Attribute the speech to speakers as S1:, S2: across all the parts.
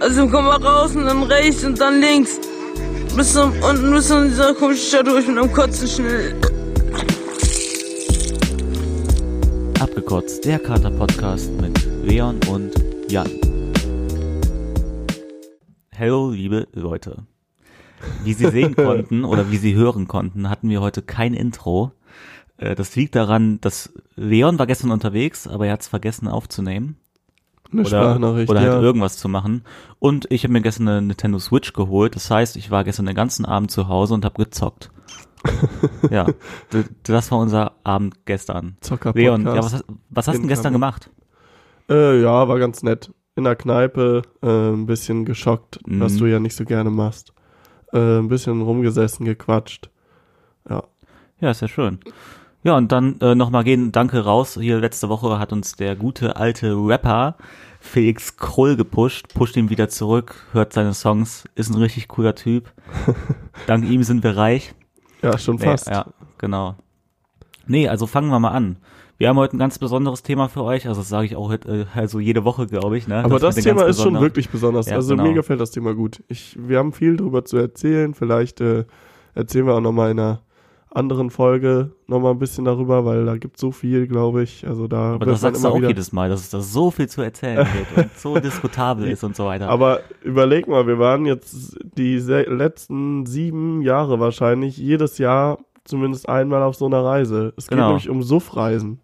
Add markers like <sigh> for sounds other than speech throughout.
S1: Also komm mal raus und dann rechts und dann links. Bis zum, unten bis zu dieser komischen Stadt durch mit einem Kotzen schnell.
S2: Abgekotzt, der Kater-Podcast mit Leon und Jan. Hello, liebe Leute. Wie Sie
S3: <laughs>
S2: sehen konnten oder wie Sie hören konnten, hatten wir heute kein Intro. Äh, Das liegt daran, dass Leon war gestern unterwegs, aber er hat es vergessen aufzunehmen
S3: Eine Sprachnachricht,
S2: oder halt
S3: ja.
S2: irgendwas zu machen. Und ich habe mir gestern eine Nintendo Switch geholt. Das heißt, ich war gestern den ganzen Abend zu Hause und habe
S3: <laughs>
S2: gezockt. ja, d- das war unser Abend gestern.
S3: Zocker
S2: Leon, ja, was, hast- was hast du denn
S3: In
S2: gestern gemacht?
S3: äh, ja, war ganz nett. In der Kneipe äh, ein bisschen geschockt,
S2: Mhm.
S3: was du ja nicht so gerne machst. Äh, ein bisschen rumgesessen, gequatscht.
S2: Ja, ist ja schön. Ja, und dann äh, nochmal gehen, danke raus. Hier letzte Woche hat uns der gute alte Rapper Felix Krull gepusht, pusht ihn wieder zurück, hört seine Songs, ist ein richtig cooler
S3: <laughs>
S2: Typ. Dank ihm sind wir reich.
S3: Ja, schon
S2: Nee,
S3: fast.
S2: Ja, genau. Nee, also fangen wir mal an. Wir haben heute ein ganz besonderes Thema für euch, also das sage ich auch äh, also jede Woche, glaube ich. Ne?
S3: Aber das,
S2: mit den ganz
S3: Thema ist schon
S2: besonderen-
S3: wirklich besonders.
S2: Ja,
S3: also
S2: genau.
S3: mir gefällt das Thema gut. Ich, wir haben viel drüber zu erzählen. Vielleicht äh, erzählen wir auch nochmal in einer anderen Folge nochmal ein bisschen darüber, weil da gibt so viel, glaube ich. Also da
S2: Aber
S3: wird
S2: das
S3: man
S2: sagst du
S3: immer
S2: auch
S3: wieder-
S2: jedes Mal, dass es da so viel zu
S3: <laughs>
S2: erzählen gibt und so diskutabel ist und so weiter.
S3: Aber überleg mal, wir waren jetzt die se- letzten sieben Jahre wahrscheinlich jedes Jahr zumindest einmal auf so einer Reise. Es geht
S2: Genau.
S3: nämlich um Suffreisen.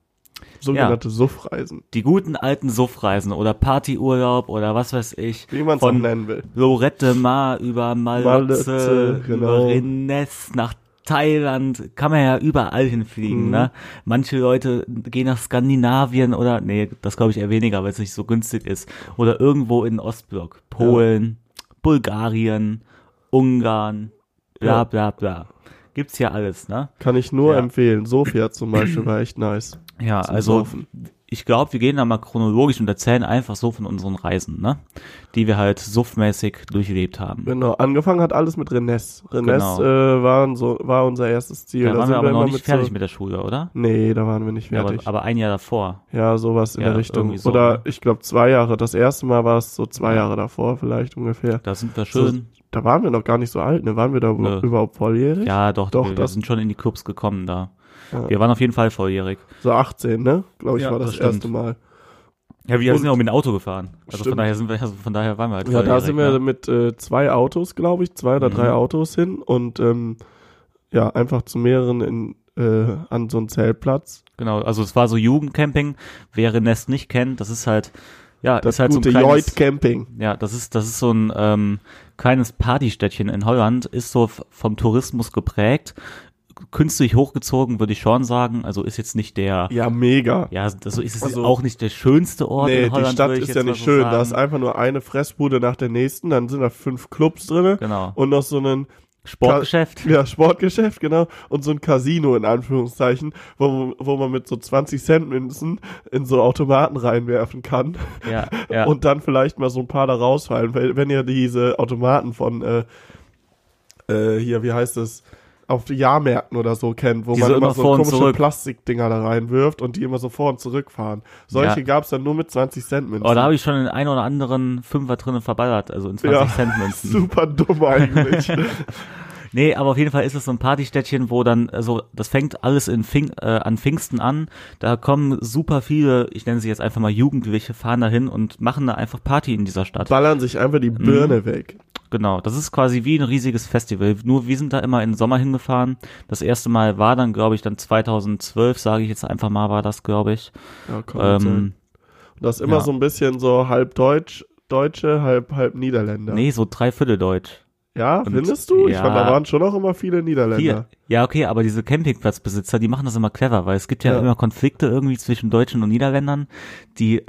S3: Sogenannte Suffreisen,
S2: Die guten alten Suffreisen oder Partyurlaub oder was weiß ich.
S3: wie man es auch
S2: Von-
S3: nennen will.
S2: Lorette Mar über Malotze,
S3: Malotze, genau.
S2: über Rennes nach Thailand, kann man ja überall hinfliegen,
S3: Mhm.
S2: ne? Manche Leute gehen nach Skandinavien oder, nee, das glaube ich eher weniger, weil es nicht so günstig ist. Oder irgendwo in den Ostblock. Polen, Bulgarien, Ungarn, bla
S3: Ja.
S2: bla bla. Gibt's ja alles, ne?
S3: Kann ich nur
S2: Ja.
S3: empfehlen. Sofia zum Beispiel war echt
S2: <clears throat>
S3: nice.
S2: Ja,
S3: Zum
S2: also
S3: Saufen.
S2: ich glaube, wir gehen da mal chronologisch und erzählen einfach so von unseren Reisen, ne? Die wir halt suffmäßig durchlebt haben.
S3: Genau, angefangen hat alles mit Rennes. Rennes
S2: Genau.
S3: äh, waren so, war unser erstes Ziel.
S2: Da waren wir aber noch nicht fertig
S3: so,
S2: mit der Schule, oder?
S3: Nee, da waren wir nicht
S2: Ja, aber,
S3: fertig.
S2: aber ein Jahr davor.
S3: ja, sowas in
S2: Ja,
S3: der Richtung.
S2: irgendwie so,
S3: Oder
S2: ne?
S3: ich glaube zwei Jahre. Das erste Mal war es so zwei Jahre davor vielleicht ungefähr.
S2: Da sind wir schön.
S3: Da waren wir noch gar nicht so alt, ne? Waren wir da
S2: Nö.
S3: überhaupt volljährig?
S2: ja, doch,
S3: Doch,
S2: wir, wir
S3: das-
S2: sind schon in die Clubs gekommen da.
S3: Ja.
S2: Wir waren auf jeden Fall volljährig.
S3: So 18, ne? Glaube ich,
S2: Ja,
S3: war das,
S2: das stimmt.
S3: erste Mal.
S2: Ja, wir sind
S3: Und-
S2: ja auch mit dem Auto gefahren. Also von
S3: Stimmt.
S2: daher, sind wir, also von daher waren wir halt
S3: Ja, da
S2: volljährig,
S3: sind wir
S2: ne?
S3: mit äh, zwei Autos, glaube ich, zwei oder
S2: Mhm.
S3: drei Autos hin und ähm, ja, einfach zu mehreren in, äh, an so einen Zeltplatz.
S2: Genau, also es war so Jugendcamping. Wer Nest nicht kennt, das ist halt, ja,
S3: Das
S2: ist halt so ein
S3: gute
S2: kleines,
S3: Joid Camping.
S2: Ja, das ist, das ist so ein ähm, kleines Partystädtchen in Holland, ist so f- vom Tourismus geprägt, künstlich hochgezogen, würde ich schon sagen. Also ist jetzt nicht der,
S3: Ja, mega.
S2: ja, das ist es
S3: Also-
S2: auch nicht der schönste Ort
S3: Nee,
S2: in Holland.
S3: die Stadt
S2: würde ich
S3: ist
S2: jetzt
S3: ja
S2: mal
S3: nicht
S2: so
S3: schön.
S2: Sagen.
S3: Da ist einfach nur eine Fressbude nach der nächsten, dann sind da fünf Clubs drinne
S2: genau.
S3: und noch so einen
S2: Sportgeschäft.
S3: <laughs> Ja, Sportgeschäft, genau. Und so ein Casino in Anführungszeichen, wo, wo man mit so 20 Cent Münzen in so Automaten reinwerfen kann
S2: Ja, ja.
S3: und dann vielleicht mal so ein paar da rausfallen. Weil, wenn ihr diese Automaten von, äh, äh, hier, wie heißt es, auf Jahrmärkten oder so kennt, wo
S2: Die
S3: man
S2: so
S3: immer
S2: immer
S3: so
S2: vor und
S3: komische
S2: zurück.
S3: Plastikdinger da reinwirft und die immer so vor und zurückfahren. Solche
S2: Ja.
S3: gab's dann nur mit 20 Cent Münzen.
S2: oh, da habe ich schon den einen oder anderen Fünfer drinnen verballert, also in 20
S3: Ja.
S2: Cent Münzen.
S3: <laughs> Super
S2: <laughs>
S3: dumm eigentlich.
S2: Nee, aber auf jeden Fall ist es so ein Partystädtchen, wo dann, also das fängt alles in Fing, äh, an Pfingsten an. Da kommen super viele, ich nenne sie jetzt einfach mal Jugendliche, fahren da hin und machen da einfach Party in dieser Stadt.
S3: Ballern sich einfach
S2: Mhm.
S3: die Birne weg.
S2: Genau, das ist quasi wie ein riesiges Festival. Nur wir sind da immer im Sommer hingefahren. Das erste Mal war dann, glaube ich, dann 2012, sage ich jetzt einfach mal, war das, glaube ich.
S3: Ja, komm, erzähl.
S2: Ähm,
S3: Das ist immer
S2: Ja.
S3: so ein bisschen so halb Deutsch, Deutsche, halb, halb Niederländer.
S2: Nee, so dreiviertel Deutsch.
S3: Ja,
S2: und-
S3: findest du? Ich
S2: ja.
S3: fand, da waren schon auch immer viele Niederländer.
S2: Hier. Ja, okay, aber diese Campingplatzbesitzer, die machen das immer clever, weil es gibt ja,
S3: Ja.
S2: immer Konflikte irgendwie zwischen Deutschen und Niederländern, die,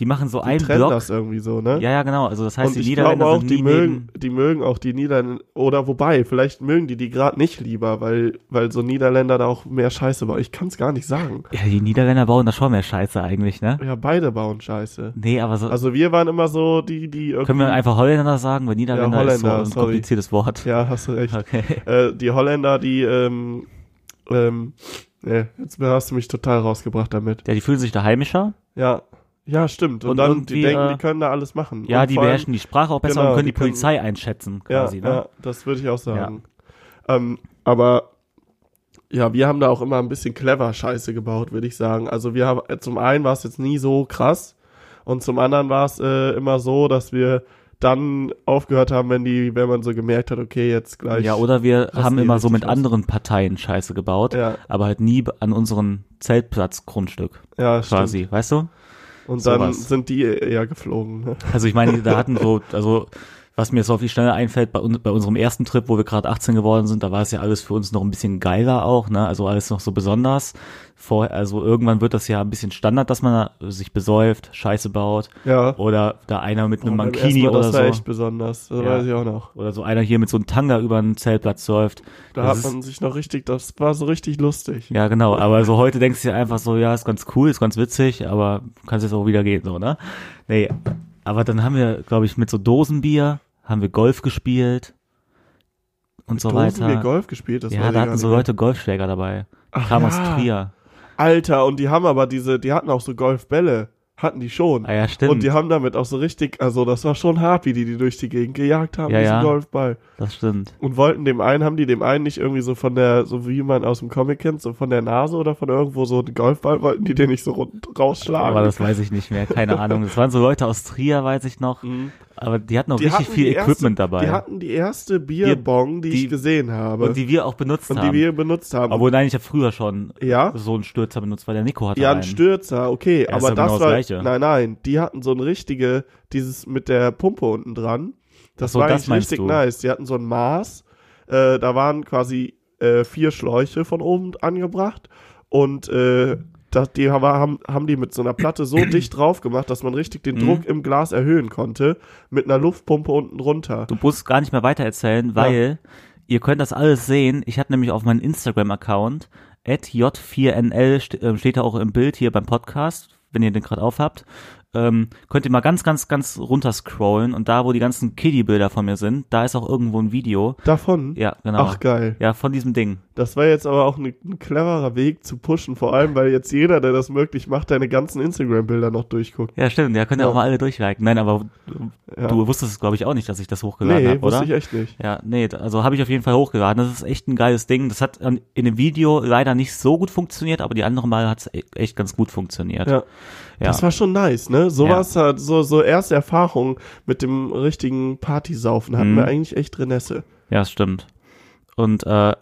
S2: die machen so einen
S3: Die trennen
S2: Block.
S3: das irgendwie so, ne?
S2: Ja, ja, genau. Also das heißt,
S3: Und
S2: die
S3: ich
S2: Niederländer
S3: glaube auch,
S2: sind
S3: die
S2: nie
S3: mögen, die mögen auch die Niederländer, oder wobei, vielleicht mögen die die gerade nicht lieber, weil, weil so Niederländer da auch mehr Scheiße bauen. Ich kann es gar nicht sagen.
S2: neben, Ja, die Niederländer bauen da schon mehr Scheiße eigentlich, ne?
S3: Ja, beide bauen Scheiße.
S2: Nee, aber so
S3: Also wir waren immer so die, die irgendwie...
S2: können wir einfach Holländer sagen, weil Niederländer, ist so
S3: Holländer,
S2: ein
S3: sorry.
S2: kompliziertes Wort.
S3: ja, hast du recht.
S2: <laughs> Okay.
S3: Äh, die Holländer, die, ähm, ähm, nee, jetzt hast du mich total rausgebracht damit.
S2: Ja, die fühlen sich da heimischer
S3: Ja, Ja, stimmt. Und,
S2: Und
S3: dann,
S2: irgendwie,
S3: die denken,
S2: äh,
S3: die können da alles machen.
S2: Ja,
S3: Und
S2: die
S3: vor allem-
S2: beherrschen die Sprache auch besser
S3: Genau,
S2: und können
S3: die
S2: die,
S3: können-
S2: Polizei einschätzen,
S3: Ja,
S2: quasi. ne?
S3: ja, das würde ich auch sagen. Ähm, aber ja, wir haben da auch immer ein bisschen clever Scheiße gebaut, würde ich sagen. Also wir haben zum einen war es jetzt nie so krass und zum anderen war es äh, immer so, dass wir dann aufgehört haben, wenn die, wenn man so gemerkt hat, okay, jetzt
S2: ja.
S3: gleich.
S2: oder wir
S3: Lassen
S2: haben
S3: die
S2: immer so mit
S3: richtig los.
S2: anderen Parteien Scheiße gebaut,
S3: Ja.
S2: aber halt nie an unseren Zeltplatzgrundstück
S3: ja,
S2: quasi,
S3: quasi.
S2: weißt du?
S3: Stimmt. Und dann
S2: sowas.
S3: sind die eher geflogen. Ne?
S2: Also ich meine, da hatten so, also was mir so auf die Schnelle einfällt, bei, un bei unserem ersten Trip, wo wir gerade 18 geworden sind, da war es ja alles für uns noch ein bisschen geiler auch, ne? Also alles noch so besonders. Vor, also irgendwann wird das ja ein bisschen Standard, dass man da sich besäuft, Scheiße baut
S3: Ja.
S2: oder da einer mit einem
S3: Und beim ersten
S2: Mankini
S3: Mal,
S2: oder
S3: das
S2: so
S3: war echt besonders. Das
S2: Ja.
S3: weiß ich auch noch.
S2: oder so einer hier mit so einem Tanga über einen Zeltplatz säuft.
S3: Da
S2: Das
S3: hat
S2: ist,
S3: man sich noch richtig, das war so richtig lustig.
S2: ja, genau, aber so heute denkst du dir einfach so, ja, ist ganz cool, ist ganz witzig, aber kannst jetzt auch wieder gehen, so, ne? Nee, aber dann haben wir, glaube ich, mit so Dosenbier, haben wir Golf gespielt und so
S3: Dosen wir
S2: weiter.
S3: Golf gespielt, das
S2: ja,
S3: weiß ich
S2: da
S3: gar
S2: hatten so
S3: nicht mehr.
S2: Leute Golfschläger dabei.
S3: Ach
S2: Kam aus
S3: ja.
S2: Trier.
S3: Alter, und die haben aber diese, die hatten auch so Golfbälle. Hatten die schon.
S2: Ah ja, stimmt.
S3: und die haben damit auch so richtig, also das war schon hart, wie die die durch die Gegend gejagt haben,
S2: Ja,
S3: diesen
S2: ja.
S3: Golfball.
S2: das stimmt.
S3: Und wollten dem einen, haben die dem einen nicht irgendwie so von der, so wie man aus dem Comic kennt, so von der Nase oder von irgendwo so einen Golfball, wollten die den nicht so rund, rausschlagen.
S2: Aber das weiß ich nicht mehr, keine Ahnung. Das waren so Leute aus Trier, weiß ich noch.
S3: Mhm.
S2: Aber die hatten auch
S3: Die
S2: richtig
S3: hatten
S2: viel
S3: die erste-
S2: Equipment dabei.
S3: Die hatten die erste Bierbong, die,
S2: die-
S3: ich gesehen habe.
S2: und die wir auch benutzt
S3: und die
S2: haben.
S3: wir benutzt haben.
S2: Obwohl, nein, ich habe früher schon
S3: ja?
S2: so einen Stürzer benutzt, weil der Nico hatte
S3: Ja,
S2: einen.
S3: ein Stürzer, okay,
S2: Ja, ist doch
S3: aber
S2: genau
S3: das
S2: das
S3: war.
S2: Gleiche.
S3: Nein, nein, die hatten so ein richtige, dieses mit der Pumpe unten dran.
S2: Ach
S3: Das
S2: so,
S3: war
S2: das
S3: eigentlich
S2: meinst
S3: richtig
S2: du.
S3: nice. Die hatten so ein Maß, äh, da waren quasi äh, vier Schläuche von oben angebracht und äh, das, die haben, haben- haben die mit so einer
S2: <clears throat>
S3: Platte so dicht drauf gemacht, dass man richtig
S2: Mhm.
S3: den Druck im Glas erhöhen konnte, mit einer Luftpumpe unten runter.
S2: Du musst gar nicht mehr weitererzählen, weil ihr könnt das alles sehen. Ich habe nämlich auf meinem Instagram-Account j4nl st- äh, steht da auch im Bild hier beim Podcast, wenn ihr den gerade aufhabt. Ähm, könnt ihr mal ganz, ganz, ganz runter scrollen und da, wo die ganzen Kiddie-Bilder von mir sind, da ist auch irgendwo ein Video.
S3: Davon?
S2: Ja, genau.
S3: Ach geil.
S2: ja, von diesem Ding.
S3: Das war jetzt aber auch ein, ein cleverer Weg zu pushen, vor allem weil jetzt jeder, der das möglich macht, deine ganzen Instagram-Bilder noch durchguckt.
S2: Ja, stimmt. Ja, könnt ihr
S3: Ja.
S2: auch mal alle durchliken. Nein, aber du
S3: Ja.
S2: du wusstest, glaube ich, auch nicht, dass ich das hochgeladen
S3: Nee,
S2: habe, oder?
S3: wusste ich echt nicht.
S2: Ja, nee, da- also habe ich auf jeden Fall hochgeladen. Das ist echt ein geiles Ding. Das hat an- in dem Video leider nicht so gut funktioniert, aber die anderen Mal hat es echt ganz gut funktioniert.
S3: Ja.
S2: Ja.
S3: Das war schon nice, ne? Sowas hat so, so erste Erfahrung mit dem richtigen Partysaufen hatten
S2: Mhm.
S3: wir eigentlich echt Renesse.
S2: ja, das stimmt. Und äh,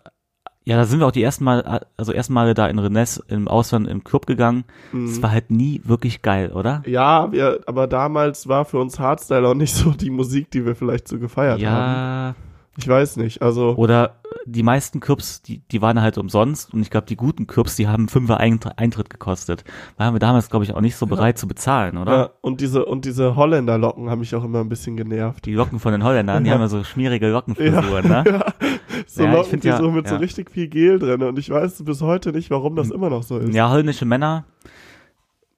S2: ja, da sind wir auch die ersten Mal, also ersten Male da in Rennes im Ausland im Club gegangen. Es war halt nie wirklich geil, oder?
S3: Mhm. Ja, wir, aber damals war für uns Hardstyle auch nicht so die Musik, die wir vielleicht so gefeiert haben.
S2: Ja.
S3: Ich weiß nicht. Also,
S2: Oder äh, die meisten Clubs, die, die waren halt umsonst und ich glaube, die guten Clubs, die haben Fünfer Eintr- Eintritt gekostet. Waren wir damals, glaube ich, auch nicht so bereit zu bezahlen, oder?
S3: Genau. ja, und diese, und diese Holländer-Locken haben mich auch immer ein bisschen genervt.
S2: Die Locken von den Holländern, die
S3: Ja.
S2: haben ja so schmierige Lockenfrisuren, ne?
S3: So
S2: Ja, ich
S3: Locken,
S2: find
S3: die
S2: ja-
S3: so mit so
S2: ja. Hm.
S3: richtig viel Gel drin. Und ich weiß bis heute nicht, warum <laughs> das immer noch so ist.
S2: Ja, holländische Männer,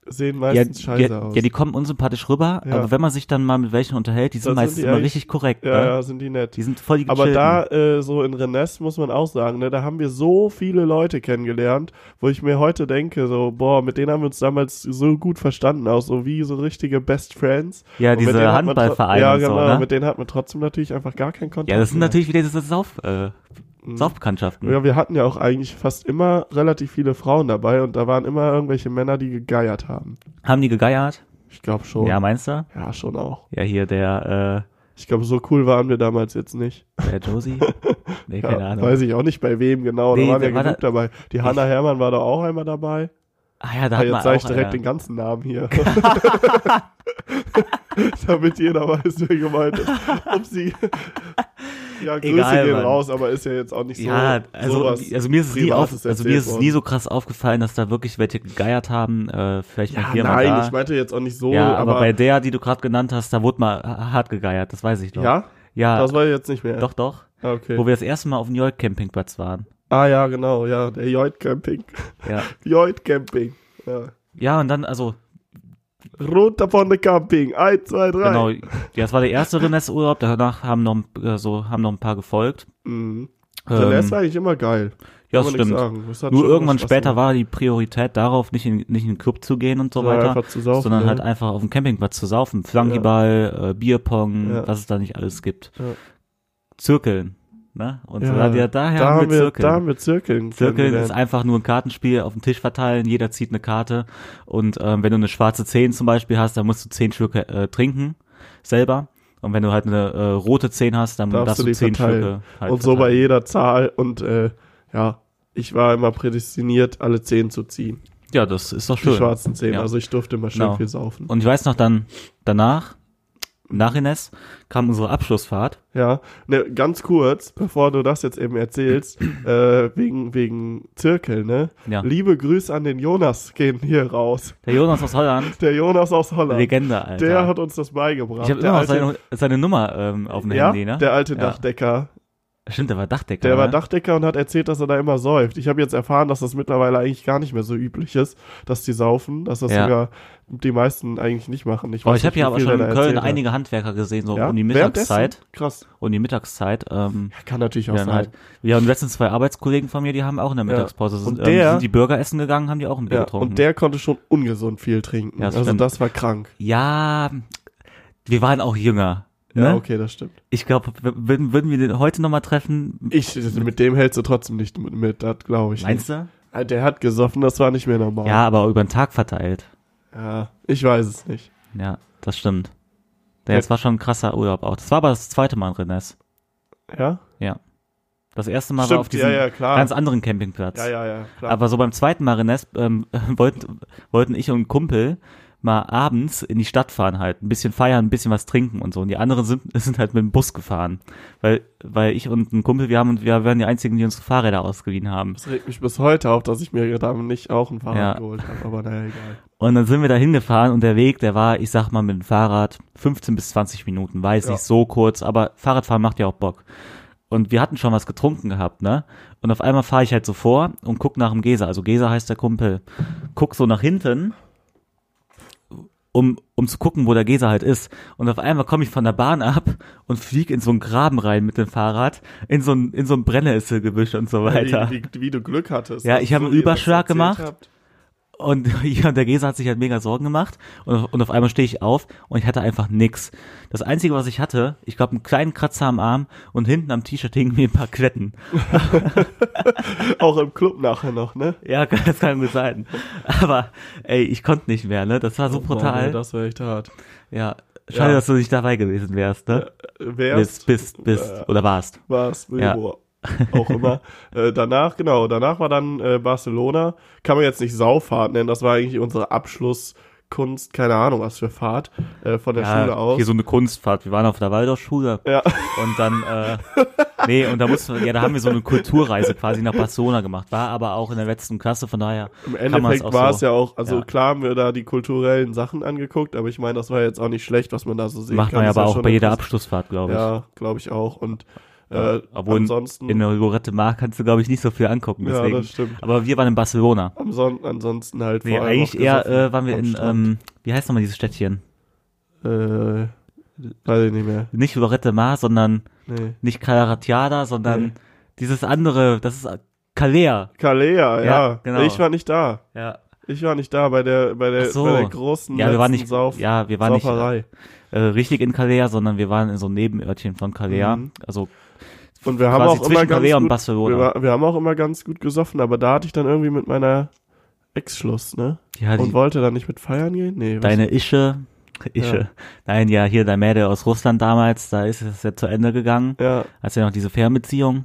S3: Sehen
S2: ja,
S3: meistens scheiße
S2: ja,
S3: aus.
S2: ja, die kommen unsympathisch rüber,
S3: Ja.
S2: aber wenn man sich dann mal mit welchen unterhält, die sind
S3: sind
S2: meistens
S3: die
S2: immer
S3: eigentlich-
S2: richtig korrekt,
S3: ja,
S2: ne?
S3: ja, sind die nett.
S2: Die sind voll die
S3: Aber
S2: Gechillten.
S3: da, äh, so in Rennes, muss man auch sagen, ne, da haben wir so viele Leute kennengelernt, wo ich mir heute denke, so, boah, mit denen haben wir uns damals so gut verstanden, auch so wie so richtige Best Friends.
S2: Ja,
S3: Und mit
S2: diese
S3: denen hat man
S2: Handballvereine
S3: tro- Ja,
S2: und so,
S3: genau,
S2: ne?
S3: mit denen hat man trotzdem natürlich einfach gar keinen Kontakt.
S2: ja, das sind
S3: mehr.
S2: natürlich wieder diese Sauf, äh, Saufbekanntschaften.
S3: Mhm. Ja, wir hatten ja auch eigentlich fast immer relativ viele Frauen dabei und da waren immer irgendwelche Männer, die gegeiert haben.
S2: Haben die gegeiert?
S3: Ich glaube schon.
S2: Ja, meinst du?
S3: ja, schon auch.
S2: Ja, hier der,
S3: Ich glaube, so cool waren wir damals jetzt nicht.
S2: äh, der
S3: <laughs>
S2: Josie? Nee,
S3: Ja,
S2: keine Ahnung.
S3: Weiß ich auch nicht bei wem genau.
S2: Nee,
S3: da waren ja
S2: wer war
S3: genug
S2: da-
S3: dabei. Die Hanna Hermann war da auch einmal dabei.
S2: Ah ja, da
S3: Ah,
S2: hat man
S3: jetzt sage ich
S2: auch
S3: direkt
S2: einer.
S3: den ganzen
S2: <laughs>
S3: Namen hier. <laughs> Damit jeder weiß, wer gemeint ist. Upsi. Ja, Grüße
S2: Egal,
S3: gehen
S2: Mann.
S3: raus, aber ist ja jetzt auch nicht so.
S2: ja, also,
S3: sowas
S2: also mir ist es nie auf,
S3: Privates
S2: also mir ist es
S3: erzählt
S2: nie
S3: worden.
S2: so krass aufgefallen, dass da wirklich welche gegeiert haben, äh, vielleicht mal
S3: Ja,
S2: hier mal
S3: nein,
S2: da.
S3: ich meinte jetzt auch nicht so,
S2: ja, aber,
S3: aber.
S2: bei der, die du gerade genannt hast, da wurde mal h- hart gegeiert, das weiß ich doch.
S3: ja? Also-
S2: Ja,
S3: Das war jetzt nicht mehr.
S2: doch, doch.
S3: Ah, Okay.
S2: Wo wir das erste Mal auf dem Jolt-Campingplatz waren.
S3: ah, ja, genau, ja. Der Joid <laughs> Camping.
S2: Ja.
S3: Joid Camping. Ja.
S2: ja, und dann, also,
S3: Runter von der Camping. Eins, zwei, drei.
S2: genau, ja, das war der erste Rennes-Urlaub, danach haben noch, ein- äh, so, haben noch ein paar gefolgt.
S3: Mhm. Der Last war eigentlich immer geil.
S2: ja,
S3: Kann man nix
S2: stimmt.
S3: sagen. Das hat
S2: Nur
S3: schon immer
S2: irgendwann
S3: Spaß
S2: später
S3: gemacht.
S2: war die Priorität darauf, nicht in, nicht in den Club zu gehen und so
S3: Ja,
S2: weiter,
S3: einfach zu saufen, ne?
S2: sondern
S3: ja.
S2: halt einfach auf dem Campingplatz zu saufen. Flankyball, äh, Bierpong,
S3: Ja.
S2: was es da nicht alles gibt.
S3: Ja.
S2: Zirkeln. Ne? Und so,
S3: Ja,
S2: da, ja, daher
S3: da
S2: haben wir Zirkeln.
S3: Da haben wir Zirkeln.
S2: Zirkeln
S3: kennengelernt.
S2: ist einfach nur ein Kartenspiel auf dem Tisch verteilen, jeder zieht eine Karte und ähm, wenn du eine schwarze 10 zum Beispiel hast, dann musst du 10 Schlücke äh, trinken, selber. Und wenn du halt eine äh, rote 10 hast, dann
S3: Darfst
S2: darfst,
S3: du
S2: du
S3: die
S2: 10
S3: verteilen.
S2: Schlücke halt
S3: und so bei
S2: verteilen.
S3: jeder Zahl. Und äh, ja, ich war immer prädestiniert, alle Zehen zu ziehen.
S2: Ja, das ist doch
S3: Die
S2: schön.
S3: schwarzen Zehen.
S2: Ja.
S3: Also ich durfte immer schön
S2: Genau.
S3: viel saufen.
S2: Und ich weiß noch dann, danach, nach Ines, kam unsere Abschlussfahrt.
S3: Ja, ne, ganz kurz, bevor du das jetzt
S2: <clears throat>
S3: eben erzählst, äh, wegen, wegen Zirkel, ne?
S2: Ja.
S3: Liebe Grüße an den Jonas gehen hier raus.
S2: Der Jonas aus Holland,
S3: <laughs> Der Jonas aus Holland.
S2: Legende, Alter.
S3: der hat uns das beigebracht.
S2: ich habe
S3: der
S2: immer noch
S3: alte-
S2: seine, seine Nummer ähm, auf dem
S3: ja,
S2: Handy, ne?
S3: Der alte
S2: Ja.
S3: Dachdecker.
S2: Stimmt, der war Dachdecker.
S3: Der war
S2: ne?
S3: Dachdecker und hat erzählt, dass er da immer säuft. Ich habe jetzt erfahren, dass das mittlerweile eigentlich gar nicht mehr so üblich ist, dass die saufen, dass das
S2: Ja.
S3: sogar die meisten eigentlich nicht machen. Ich,
S2: Oh,
S3: weiß
S2: ich habe
S3: nicht, wie
S2: ja aber
S3: viel
S2: schon in
S3: der da
S2: Köln
S3: erzählt hat.
S2: einige Handwerker gesehen, so
S3: Ja?
S2: um die
S3: Währenddessen?
S2: Mittagszeit.
S3: Krass.
S2: Und die Mittagszeit, ähm,
S3: Kann natürlich auch
S2: dann
S3: sein.
S2: halt, ja, und letztens zwei Arbeitskollegen von mir, die haben auch in der Mittagspause, sind,
S3: Und der-
S2: ähm, sind die Burger essen gegangen, haben die auch ein Bier
S3: Ja,
S2: getrunken.
S3: und der konnte schon ungesund viel trinken.
S2: Ja, das
S3: also
S2: stimmt.
S3: das war krank.
S2: ja, wir waren auch jünger. Ne?
S3: Ja, okay, das stimmt.
S2: Ich glaube, würden, würden wir den heute nochmal treffen,
S3: Ich, mit dem hältst du trotzdem nicht mit, mit das glaube ich.
S2: meinst du?
S3: du? Der hat gesoffen, das war nicht mehr normal.
S2: Ja, aber über den Tag verteilt.
S3: ja ich weiß es nicht.
S2: Ja, das stimmt. Ja, das war schon ein krasser Urlaub auch. Das war aber das zweite Mal in Rennes.
S3: Ja?
S2: Das erste Mal war
S3: Stimmt,
S2: auf diesem
S3: ja, ja, klar.
S2: ganz anderen Campingplatz.
S3: ja, ja, ja, klar.
S2: Aber so beim zweiten Mal Rennes ähm, <laughs> wollten, wollten ich und ein Kumpel mal abends in die Stadt fahren halt, ein bisschen feiern, ein bisschen was trinken und so. Und die anderen sind, <laughs> sind halt mit dem Bus gefahren, weil weil ich und ein Kumpel, wir haben wir waren die einzigen, die uns Fahrräder ausgeliehen haben.
S3: das regt mich bis heute auf, dass ich mir da nicht auch ein Fahrrad
S2: Ja.
S3: geholt habe, aber
S2: <laughs>
S3: naja, egal.
S2: Und dann sind wir da hingefahren und der Weg, der war, ich sag mal mit dem Fahrrad 15 bis 20 Minuten, war jetzt
S3: Ja.
S2: nicht so kurz, aber Fahrradfahren macht ja auch Bock. Und wir hatten schon was getrunken gehabt, ne? Und auf einmal fahre ich halt so vor und guck nach dem Geser, also Geser heißt der Kumpel. Guck so nach hinten um, um zu gucken, wo der Geser halt ist. Und auf einmal komme ich von der Bahn ab und flieg in so einen Graben rein mit dem Fahrrad, in so ein, in so ein Brennnesselgebüsch und so weiter.
S3: Wie, wie, wie du Glück hattest.
S2: Ja,
S3: dass
S2: ich habe
S3: du
S2: einen
S3: dir das
S2: Überschlag
S3: erzählt
S2: gemacht.
S3: habt.
S2: Und <laughs> ja, der Geser hat sich halt mega Sorgen gemacht und, auf- und auf einmal stehe ich auf und ich hatte einfach nix. Das Einzige, was ich hatte, ich glaube, einen kleinen Kratzer am Arm und hinten am T-Shirt hingen mir ein paar Kletten. <laughs>
S3: Auch im Club nachher noch, ne?
S2: Ja, das kann gut sein. Aber ey, ich konnte nicht mehr, ne? Das war so
S3: Oh, Boah,
S2: brutal.
S3: nee, das war echt hart. Äh,
S2: ja, schade,
S3: Ja.
S2: dass du nicht dabei gewesen wärst, ne?
S3: Wärst,
S2: Bist, bist, bist
S3: äh,
S2: oder warst.
S3: war's,
S2: Ja.
S3: wo
S2: <laughs>
S3: auch immer. äh, danach, genau, danach war dann äh, Barcelona. Kann man jetzt nicht Saufahrt nennen, das war eigentlich unsere Abschlusskunst, keine Ahnung was für Fahrt, äh, von der Schule aus.
S2: Hier so eine Kunstfahrt. Wir waren auf der Waldorfschule
S3: ja,
S2: und dann, äh, nee, und da mussten wir, ja, da haben wir so eine Kulturreise quasi nach Barcelona gemacht. War aber auch in der letzten Klasse, von daher.
S3: im
S2: kann man's
S3: Endeffekt war es
S2: so-
S3: ja auch, also
S2: ja.
S3: klar haben wir da die kulturellen Sachen angeguckt, aber ich meine, das war jetzt auch nicht schlecht, was man da so sehen
S2: Macht
S3: also kann.
S2: man ja
S3: Ist
S2: aber auch
S3: schon
S2: bei jeder
S3: eine-
S2: Abschlussfahrt, glaube ich.
S3: Ja, glaube ich auch. Und äh,
S2: Obwohl in-
S3: ansonsten,
S2: In der Lorette Mar kannst du, glaube ich, nicht so viel angucken.
S3: ja,
S2: Deswegen.
S3: das stimmt.
S2: aber wir waren in Barcelona.
S3: Amson- ansonsten halt
S2: Nee,
S3: vor allem
S2: eigentlich
S3: auch
S2: eher
S3: gesoffen
S2: äh, waren wir
S3: am
S2: in,
S3: Strand.
S2: ähm, wie heißt nochmal dieses Städtchen?
S3: äh, weiß ich nicht mehr.
S2: Nicht Lorette Mar, sondern
S3: Nee.
S2: nicht Calaratiada, sondern
S3: Nee.
S2: dieses andere, das ist äh, Calea.
S3: Kalea, ja.
S2: Ja, genau.
S3: Ich war nicht da.
S2: Ja.
S3: Ich war nicht da bei der, bei der,
S2: Ach so.
S3: bei der großen
S2: Ja, wir waren
S3: letzten
S2: nicht,
S3: Sauf
S2: ja, wir waren nicht,
S3: Sauferei.
S2: äh, richtig in Calais, sondern wir waren in so einem Nebenörtchen von Calais.
S3: Mhm.
S2: Also
S3: und wir haben
S2: quasi
S3: auch immer
S2: zwischen
S3: ganz
S2: Calais und
S3: gut,
S2: Barcelona.
S3: wir, war- wir haben auch immer ganz gut gesoffen, aber da hatte ich dann irgendwie mit meiner Ex Schluss, ne?
S2: ja,
S3: Und
S2: die,
S3: wollte dann nicht mit feiern gehen? Nee, was-
S2: deine Ische, Ische.
S3: Ja.
S2: Nein, ja, hier der Mädel aus Russland damals, da ist es ja zu Ende gegangen.
S3: ja.
S2: Als ja noch diese Fernbeziehung.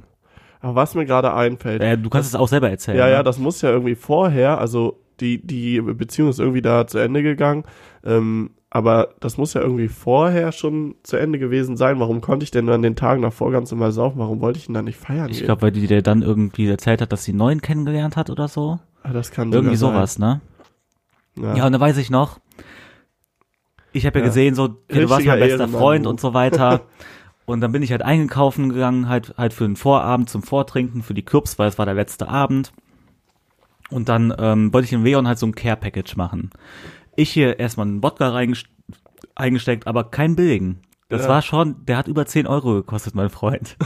S3: Aber was mir gerade einfällt.
S2: Äh, du kannst es auch selber erzählen.
S3: ja,
S2: ne?
S3: ja, das muss ja irgendwie vorher, also die, die Beziehung ist irgendwie da zu Ende gegangen, ähm, aber das muss ja irgendwie vorher schon zu Ende gewesen sein. Warum konnte ich denn dann den Tag davor ganz normal saufen? Warum wollte ich denn da nicht feiern
S2: ich
S3: gehen?
S2: glaube, weil die dir dann irgendwie erzählt hat, dass sie einen neuen kennengelernt hat oder so.
S3: Ah, das kann
S2: Irgendwie
S3: sogar
S2: sowas, ne?
S3: sein. Ja.
S2: Ja, und da weiß ich noch, ich habe ja,
S3: Ja.
S2: gesehen, so, hier, du warst
S3: Richtiger
S2: mein bester
S3: Ehrenmann, ne?
S2: Freund
S3: du.
S2: und so
S3: <laughs>
S2: weiter. und dann bin ich halt einkaufen gegangen, halt, halt für den Vorabend zum Vortrinken, für die Clubs, weil es war der letzte Abend. Und dann ähm, wollte ich in Weon halt so ein Care-Package machen. Ich hier erstmal einen Wodka reingest- eingesteckt, aber kein billigen. Das
S3: Ja.
S2: war schon, der hat über 10 Euro gekostet, mein
S3: <laughs>
S2: Freund.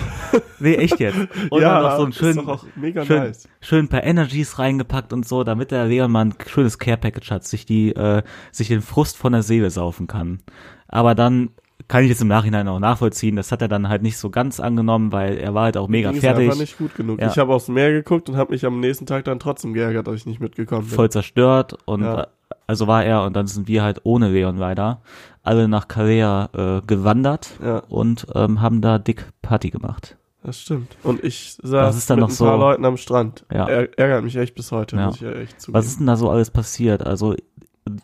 S2: nee, echt jetzt. Und
S3: Ja,
S2: dann noch so einen
S3: ist
S2: schönen,
S3: doch auch mega
S2: schön,
S3: nice.
S2: schön ein paar Energies reingepackt und so, damit der Leon mal ein schönes Care-Package hat, sich die, äh, sich den Frust von der Seele saufen kann. Aber dann kann ich jetzt im Nachhinein auch nachvollziehen, das hat er dann halt nicht so ganz angenommen, weil er war halt auch mega
S3: Ging es
S2: fertig.
S3: einfach nicht gut genug.
S2: Ja.
S3: Ich habe aufs Meer geguckt und habe mich am nächsten Tag dann trotzdem geärgert, dass ich nicht mitgekommen bin.
S2: voll zerstört und
S3: Ja.
S2: äh, also war er und dann sind wir halt ohne Leon weiter alle nach Korea äh, gewandert
S3: Ja.
S2: und ähm, haben da dick Party gemacht.
S3: Das stimmt. Und ich
S2: Was
S3: saß
S2: ist dann
S3: mit
S2: noch
S3: ein
S2: so-
S3: paar Leuten am Strand.
S2: Ja.
S3: Är ärgert mich echt bis heute,
S2: Ja.
S3: muss ich ja echt zugeben.
S2: Was ist denn da so alles passiert? Also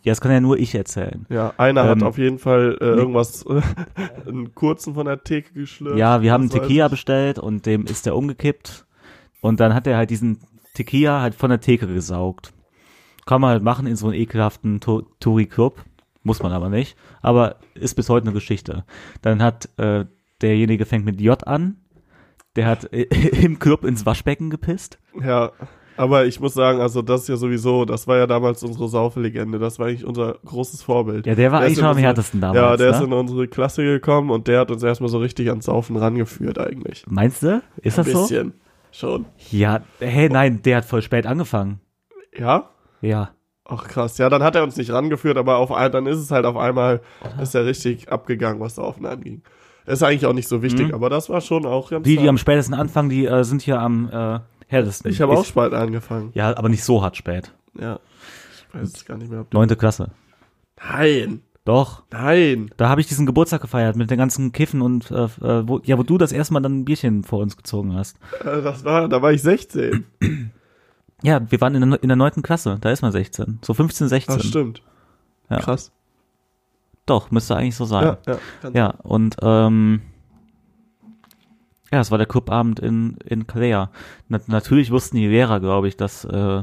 S2: ja, das kann ja nur ich erzählen.
S3: ja, einer hat
S2: Ähm,
S3: auf jeden Fall äh, irgendwas, <laughs> einen kurzen von der Theke geschlürft.
S2: Ja, wir haben einen
S3: Das Äh, weiß
S2: Tequila bestellt und dem ist der umgekippt und dann hat er halt diesen Tequila halt von der Theke gesaugt. Kann man halt machen in so einem ekelhaften To- Touri-Club, muss man aber nicht, aber ist bis heute eine Geschichte. Dann hat äh, derjenige fängt mit J an, der hat i- <laughs> im Club ins Waschbecken gepisst.
S3: ich. Ja, aber ich muss sagen, also das ist ja sowieso, das war ja damals unsere Saufelegende. Das war eigentlich unser großes Vorbild.
S2: Ja, der war eigentlich
S3: ist in
S2: schon am
S3: unsere-
S2: härtesten damals.
S3: Ja, der ist
S2: ne?
S3: in unsere Klasse gekommen und der hat uns erstmal so richtig ans Saufen rangeführt eigentlich.
S2: Meinst du? Ist
S3: Ein
S2: das so?
S3: bisschen schon.
S2: Ja, hey, nein, der hat voll spät angefangen.
S3: Ja?
S2: Ja.
S3: Ach krass, ja, dann hat er uns nicht rangeführt, aber auf ein, dann ist es halt auf einmal, ist er richtig abgegangen, was da offen anging. Ist eigentlich auch nicht so wichtig,
S2: Mhm.
S3: aber das war schon auch ganz
S2: Die, die
S3: nice.
S2: am spätesten anfangen, die äh, sind hier am äh, härtesten.
S3: Ich habe auch
S2: Ist-
S3: spät angefangen.
S2: Ja, aber nicht so hart spät.
S3: Ja. Ich weiß es gar nicht mehr, ob du.
S2: Neunte Klasse.
S3: Nein!
S2: Doch.
S3: Nein!
S2: Da habe ich diesen Geburtstag gefeiert mit den ganzen Kiffen und äh, äh, wo, ja, wo du das erste Mal dann ein Bierchen vor uns gezogen hast.
S3: Äh, Das war, da war ich 16.
S2: Ja, wir waren in der, neu- in der neunten Klasse, da ist man 16. So 15, 16.
S3: Das stimmt.
S2: Ja.
S3: Krass.
S2: Doch, müsste eigentlich so sein.
S3: Ja,
S2: Ja,
S3: ja. Ganz
S2: und ähm, ja, es war der Clubabend in, in Kalea. Na, natürlich wussten die Lehrer, glaube ich, dass äh,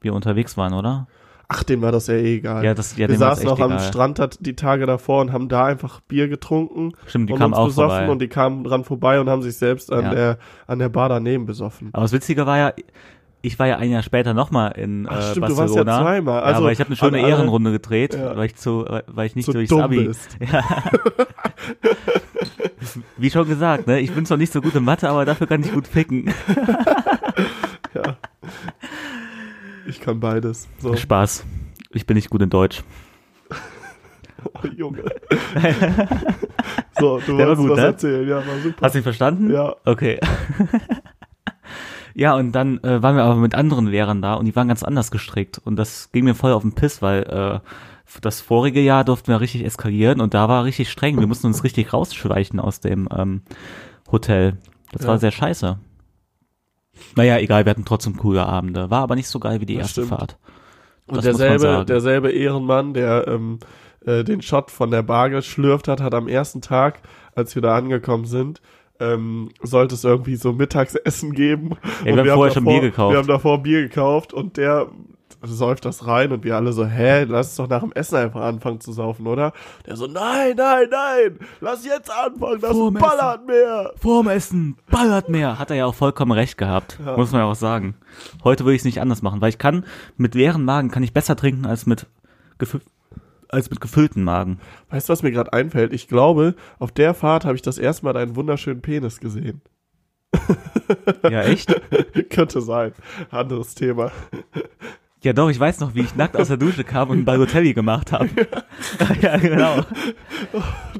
S2: wir unterwegs waren, oder?
S3: Ach, dem war das ja eh egal.
S2: Ja, das- ja,
S3: Wir
S2: dem war's
S3: saßen
S2: echt
S3: auch am
S2: egal.
S3: Strand hat die Tage davor und haben da einfach Bier getrunken.
S2: Stimmt, die
S3: und
S2: kamen
S3: uns
S2: auch
S3: besoffen
S2: vorbei.
S3: und die kamen dran vorbei und haben sich selbst an,
S2: Ja.
S3: der, an der Bar daneben besoffen.
S2: Aber das Witzige war ja, ich war ja ein Jahr später nochmal in äh,
S3: Ach, stimmt, du warst
S2: Barcelona.
S3: ja zweimal.
S2: ja,
S3: Also,
S2: aber ich habe eine schöne
S3: an alle-
S2: Ehrenrunde gedreht,
S3: Ja.
S2: weil ich zu, weil ich nicht
S3: Zu
S2: durchs
S3: dumm
S2: Abi.
S3: bist.
S2: Ja. Wie schon gesagt, ne, ich bin zwar nicht so gut in Mathe, aber dafür kann ich gut ficken.
S3: Ich kann beides.
S2: <laughs>
S3: So,
S2: Spaß. Ich bin nicht gut in Deutsch.
S3: oh,
S2: <laughs>
S3: Junge. so, du
S2: Der war
S3: wolltest
S2: gut,
S3: was
S2: ne?
S3: erzählen. Ja, war super.
S2: Hast du ihn verstanden?
S3: Ja.
S2: Okay. ja, und dann äh, waren wir aber mit anderen Lehrern da und die waren ganz anders gestrickt. Und das ging mir voll auf den Piss, weil äh, das vorige Jahr durften wir richtig eskalieren und da war richtig streng. Wir mussten uns richtig rausschleichen aus dem ähm, Hotel. Das
S3: Ja.
S2: war sehr scheiße. Naja, egal, wir hatten trotzdem coole Abende. War aber nicht so geil wie die
S3: Das
S2: erste
S3: stimmt.
S2: Fahrt.
S3: Und
S2: das muss man
S3: derselbe,
S2: sagen.
S3: derselbe Ehrenmann, der ähm, äh, den Shot von der Bar geschlürft hat, hat am ersten Tag, als wir da angekommen sind, ähm, sollte es irgendwie so Mittagsessen geben.
S2: wir
S3: Und
S2: haben vorher schon Bier gekauft.
S3: Wir haben davor Bier gekauft und der säuft das rein und wir alle so, hä, lass es doch nach dem Essen einfach anfangen zu saufen, oder? Der so, nein, nein, nein, lass jetzt anfangen, das
S2: Vorm
S3: ballert mehr.
S2: Vorm Essen ballert mehr. Hat er ja auch vollkommen recht gehabt. Muss man ja auch sagen. Heute würde ich es nicht anders machen, weil ich kann, mit leeren Magen kann ich besser trinken als mit, gefü als mit gefüllten <laughs> Magen.
S3: Weißt du, was mir gerade einfällt? Ich glaube, auf der Fahrt habe ich das erste Mal deinen wunderschönen Penis gesehen.
S2: Ja, echt?
S3: <laughs> Könnte sein. Anderes Thema.
S2: Ja, doch, ich weiß noch, wie ich nackt aus der Dusche kam und Balotelli gemacht <laughs> habe. ja, genau.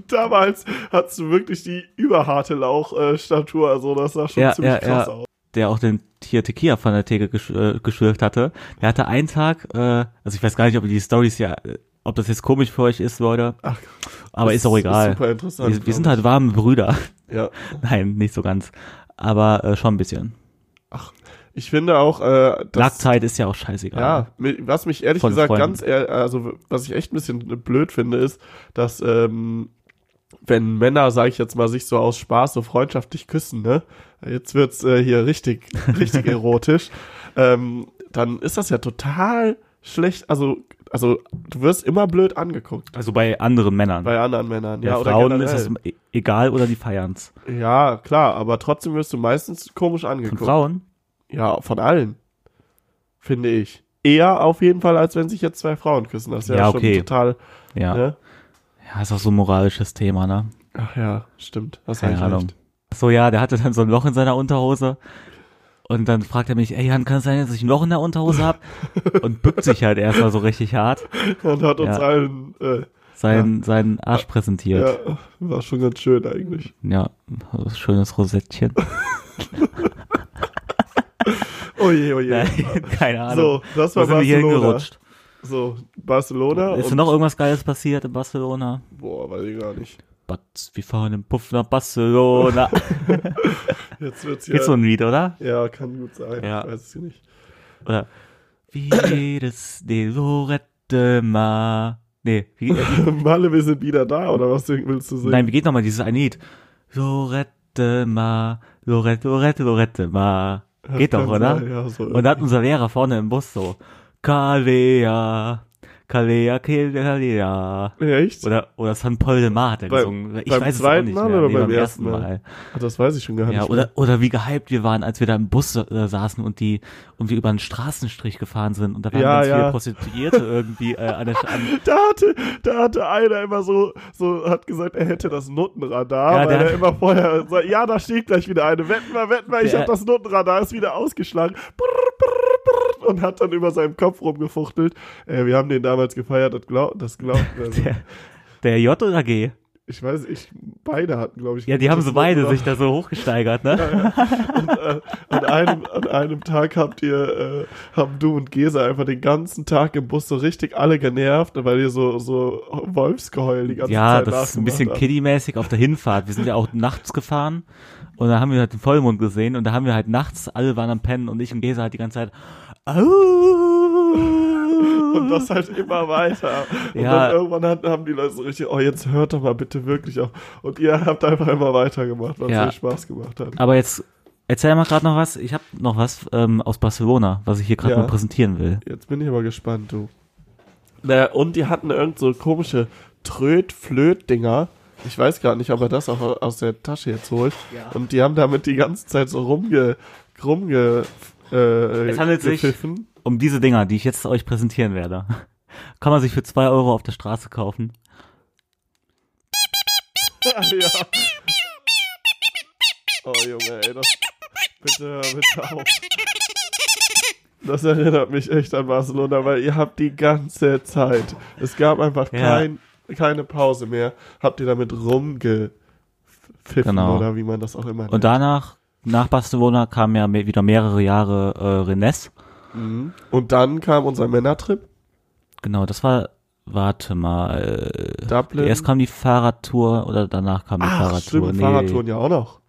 S3: Damals hattest du wirklich die überharte Lauchstatur, also das sah schon
S2: Ja,
S3: ziemlich
S2: ja,
S3: krass
S2: ja.
S3: aus.
S2: Der auch den Tier Tequila von der Theke gesch äh, geschürft hatte. Der hatte einen Tag, äh, also ich weiß gar nicht, ob die Stories ja, äh, ob das jetzt komisch für euch ist, Leute.
S3: Ach,
S2: Aber
S3: das
S2: ist auch egal.
S3: super interessant.
S2: wir, wir sind
S3: glaub
S2: halt warme Brüder.
S3: ich. Ja.
S2: Nein, nicht so ganz. Aber äh, schon ein bisschen.
S3: Ach, ich finde auch, äh, dass,
S2: Nacktheit ist ja auch scheißegal.
S3: ja, mi- was mich ehrlich
S2: Von
S3: gesagt
S2: Freunden.
S3: ganz, ehr- also was ich echt ein bisschen blöd finde, ist, dass ähm, wenn Männer, sage ich jetzt mal, sich so aus Spaß so freundschaftlich küssen, ne? Jetzt wird's äh,
S2: <laughs>
S3: hier richtig, richtig erotisch. Ähm, dann ist das ja total schlecht. Also, also du wirst immer blöd angeguckt.
S2: Also bei anderen Männern.
S3: Bei anderen Männern,
S2: bei
S3: ja. oder
S2: Frauen
S3: generell.
S2: ist es e- egal oder die feiern's.
S3: Ja, klar, aber trotzdem wirst du meistens komisch
S2: Von
S3: angeguckt.
S2: Frauen?
S3: Ja, von allen. Finde ich. Eher auf jeden Fall, als wenn sich jetzt zwei Frauen küssen. Das ist ja,
S2: Ja,
S3: schon
S2: okay.
S3: total.
S2: Ja.
S3: Ne?
S2: ja, ist auch so ein moralisches Thema, ne?
S3: Ach ja, stimmt. Hast
S2: Keine
S3: eigentlich
S2: Ahnung.
S3: recht.
S2: Ach So, ja, der hatte dann so ein Loch in seiner Unterhose. Und dann fragt er mich, ey Jan, kann es sein, dass ich ein Loch in der Unterhose
S3: <laughs>
S2: hab? Und bückt sich halt erstmal so richtig hart.
S3: Und hat uns
S2: Ja.
S3: allen, äh,
S2: Seinen, seinen Arsch präsentiert.
S3: ja, war schon ganz schön eigentlich.
S2: Ja, schönes Rosettchen.
S3: Oje, oje.
S2: Nein, <laughs> Keine Ahnung.
S3: So, das
S2: Wo
S3: war
S2: sind wir hier
S3: Barcelona.
S2: hingerutscht?
S3: So, Barcelona
S2: Ist
S3: und,
S2: noch irgendwas Geiles passiert in Barcelona?
S3: boah, weiß ich gar nicht.
S2: Batz, wir fahren im Puff nach
S3: <laughs>
S2: Barcelona.
S3: Jetzt wird's hier,
S2: Gibt's so ein Lied, oder?
S3: ja, kann gut sein.
S2: Ja.
S3: Ich weiß es nicht. <laughs>
S2: Oder wie jedes de Lorette Mar. Nee,
S3: <laughs>
S2: wie,
S3: Malle, wir sind wieder da, oder was willst du singen?
S2: Nein, wie geht nochmal dieses ein Lied? Lorette Ma, Lorette, Lorette, Lorette Ma.
S3: Ja,
S2: Geht doch,
S3: kann
S2: oder?
S3: sein, ja, so
S2: Und da hat unser Lehrer vorne im Bus so, Kalea, Kalea, Kalea.
S3: irgendwie. Ja, Echt?
S2: Oder, oder San Paul de Mar hat er
S3: Beim-
S2: gesungen. Ich
S3: beim
S2: weiß es auch
S3: zweiten
S2: nicht
S3: Mal
S2: mehr.
S3: oder
S2: nee,
S3: beim
S2: beim ersten
S3: ersten
S2: Mal.
S3: Mal? Ah, Das weiß ich schon gar
S2: Ja,
S3: nicht.
S2: oder, oder wie gehypt wir waren, als wir da im Bus äh, saßen und die, und wir über einen Straßenstrich gefahren sind und da waren
S3: Ja,
S2: ganz
S3: ja.
S2: viele Prostituierte irgendwie äh, an der, Sch- an,
S3: mehr. Da hatte, da hatte einer immer so, so hat gesagt, er hätte das Notenradar,
S2: Ja,
S3: weil
S2: der-
S3: er immer vorher sagt, ja, da steht gleich wieder eine. Wetten wir, wetten wir, ich
S2: Der-
S3: hab das Notenradar, ist wieder ausgeschlagen. Brrr, brrr, brrr, und hat dann über seinem Kopf rumgefuchtelt. Äh, wir haben den damals gefeiert, das glaubt, das
S2: <laughs>
S3: glaubt. Also,
S2: <laughs> der, der J oder G?
S3: ich weiß, ich, beide hatten, glaube ich.
S2: Ja, die haben so
S3: das
S2: beide
S3: Notenradar.
S2: sich da so hochgesteigert, ne?
S3: äh, an, einem, an einem Tag habt ihr, äh, haben du und Gesa einfach den ganzen Tag im Bus so richtig alle genervt, weil ihr so, so Wolfsgeheul die ganze
S2: Ja, das
S3: Zeit
S2: ist ein
S3: nachgemacht
S2: bisschen
S3: habt.
S2: kiddy-mäßig auf der Hinfahrt. Wir sind ja auch nachts gefahren und da haben wir halt den Vollmond gesehen und da haben wir halt nachts, alle waren am Pennen und ich und Gesa halt die ganze Zeit <laughs>
S3: Und
S2: Und
S3: das halt immer weiter. Und
S2: Mhm. Ja.
S3: dann irgendwann hat, haben die Leute so richtig, oh, jetzt hört doch mal bitte wirklich auf. Und ihr habt einfach immer weitergemacht, weil es
S2: Ja.
S3: euch Spaß gemacht hat.
S2: Aber jetzt erzähl mal gerade noch was. Ich habe noch was ähm, aus Barcelona, was ich hier gerade
S3: Ja.
S2: mal präsentieren will.
S3: Jetzt bin ich aber gespannt, du. Na, und die hatten irgend so komische Tröd-Flöt-Dinger. Ich weiß gar nicht, ob er das auch aus der Tasche jetzt holt. Und die haben damit die ganze Zeit so rumge... rumge äh,
S2: Es handelt sich-
S3: gepfiffen.
S2: Um diese Dinger, die ich jetzt euch präsentieren werde. <laughs> Kann man sich für zwei Euro auf der Straße kaufen.
S3: <laughs> ja. Oh Junge, ey, das... Bitte hör bitte auf. Das erinnert mich echt an Barcelona, weil ihr habt die ganze Zeit. Es gab einfach
S2: Ja.
S3: kein, keine Pause mehr. Habt ihr damit rumgepfiffen
S2: Genau.
S3: oder wie man das auch immer
S2: Und danach, nach Barcelona, kamen ja me- wieder mehrere Jahre äh, Rennes.
S3: Mhm. Und dann kam unser Männertrip.
S2: Genau, das war, warte mal. Äh,
S3: Dublin.
S2: Erst kam die Fahrradtour oder danach kam die
S3: Ach,
S2: Fahrradtour.
S3: stimmt, Fahrradtouren ja auch noch.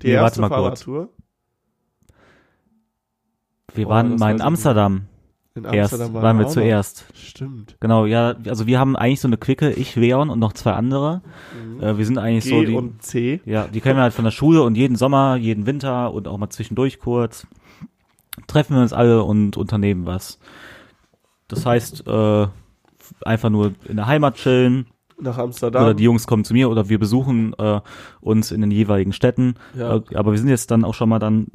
S3: Die
S2: Nee, warte
S3: erste
S2: mal kurz.
S3: Fahrradtour
S2: Wir
S3: Oh,
S2: waren
S3: das
S2: mal
S3: weiß
S2: in
S3: ich
S2: Amsterdam.
S3: in
S2: Erst
S3: Amsterdam
S2: waren wir
S3: auch
S2: zuerst.
S3: Noch. Stimmt.
S2: Genau, ja, also wir haben eigentlich so eine Clique, ich, Leon und noch zwei andere. Äh, wir sind eigentlich so
S3: G
S2: die,
S3: und C.
S2: ja, die kennen wir halt von der Schule und jeden Sommer, jeden Winter und auch mal zwischendurch kurz treffen wir uns alle und unternehmen was. Das heißt, äh, einfach nur in der Heimat chillen,
S3: Nach Amsterdam.
S2: Oder die Jungs kommen zu mir oder wir besuchen äh, uns in den jeweiligen Städten.
S3: Ja.
S2: Äh, aber wir sind jetzt dann auch schon mal dann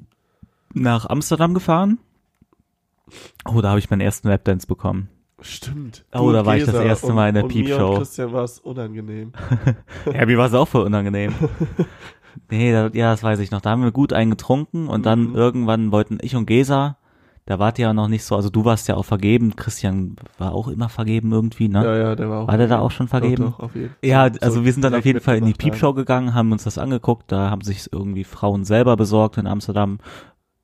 S2: nach Amsterdam gefahren. Oh, da habe ich meinen ersten Lapdance bekommen.
S3: Stimmt.
S2: Oh, da war ich das erste
S3: und,
S2: Mal in der
S3: und mir
S2: Piepshow.
S3: Und Christian war es unangenehm.
S2: Ja, mir war es auch voll
S3: <laughs>
S2: unangenehm. nee, da, ja, das weiß ich noch. Da haben wir gut einen getrunken und
S3: Mhm.
S2: dann irgendwann wollten ich und Gesa, da wart ihr ja noch nicht so, also du warst ja auch vergeben, Christian war auch immer vergeben irgendwie, ne?
S3: Ja, ja, der war auch.
S2: War der da auch schon vergeben?
S3: Doch, doch, auf jeden Fall.
S2: Ja,
S3: So
S2: also wir sind dann auf jeden
S3: direkt
S2: Fall in die
S3: mitgemacht
S2: Piepshow gegangen, haben uns das angeguckt, da haben sich irgendwie Frauen selber besorgt in Amsterdam.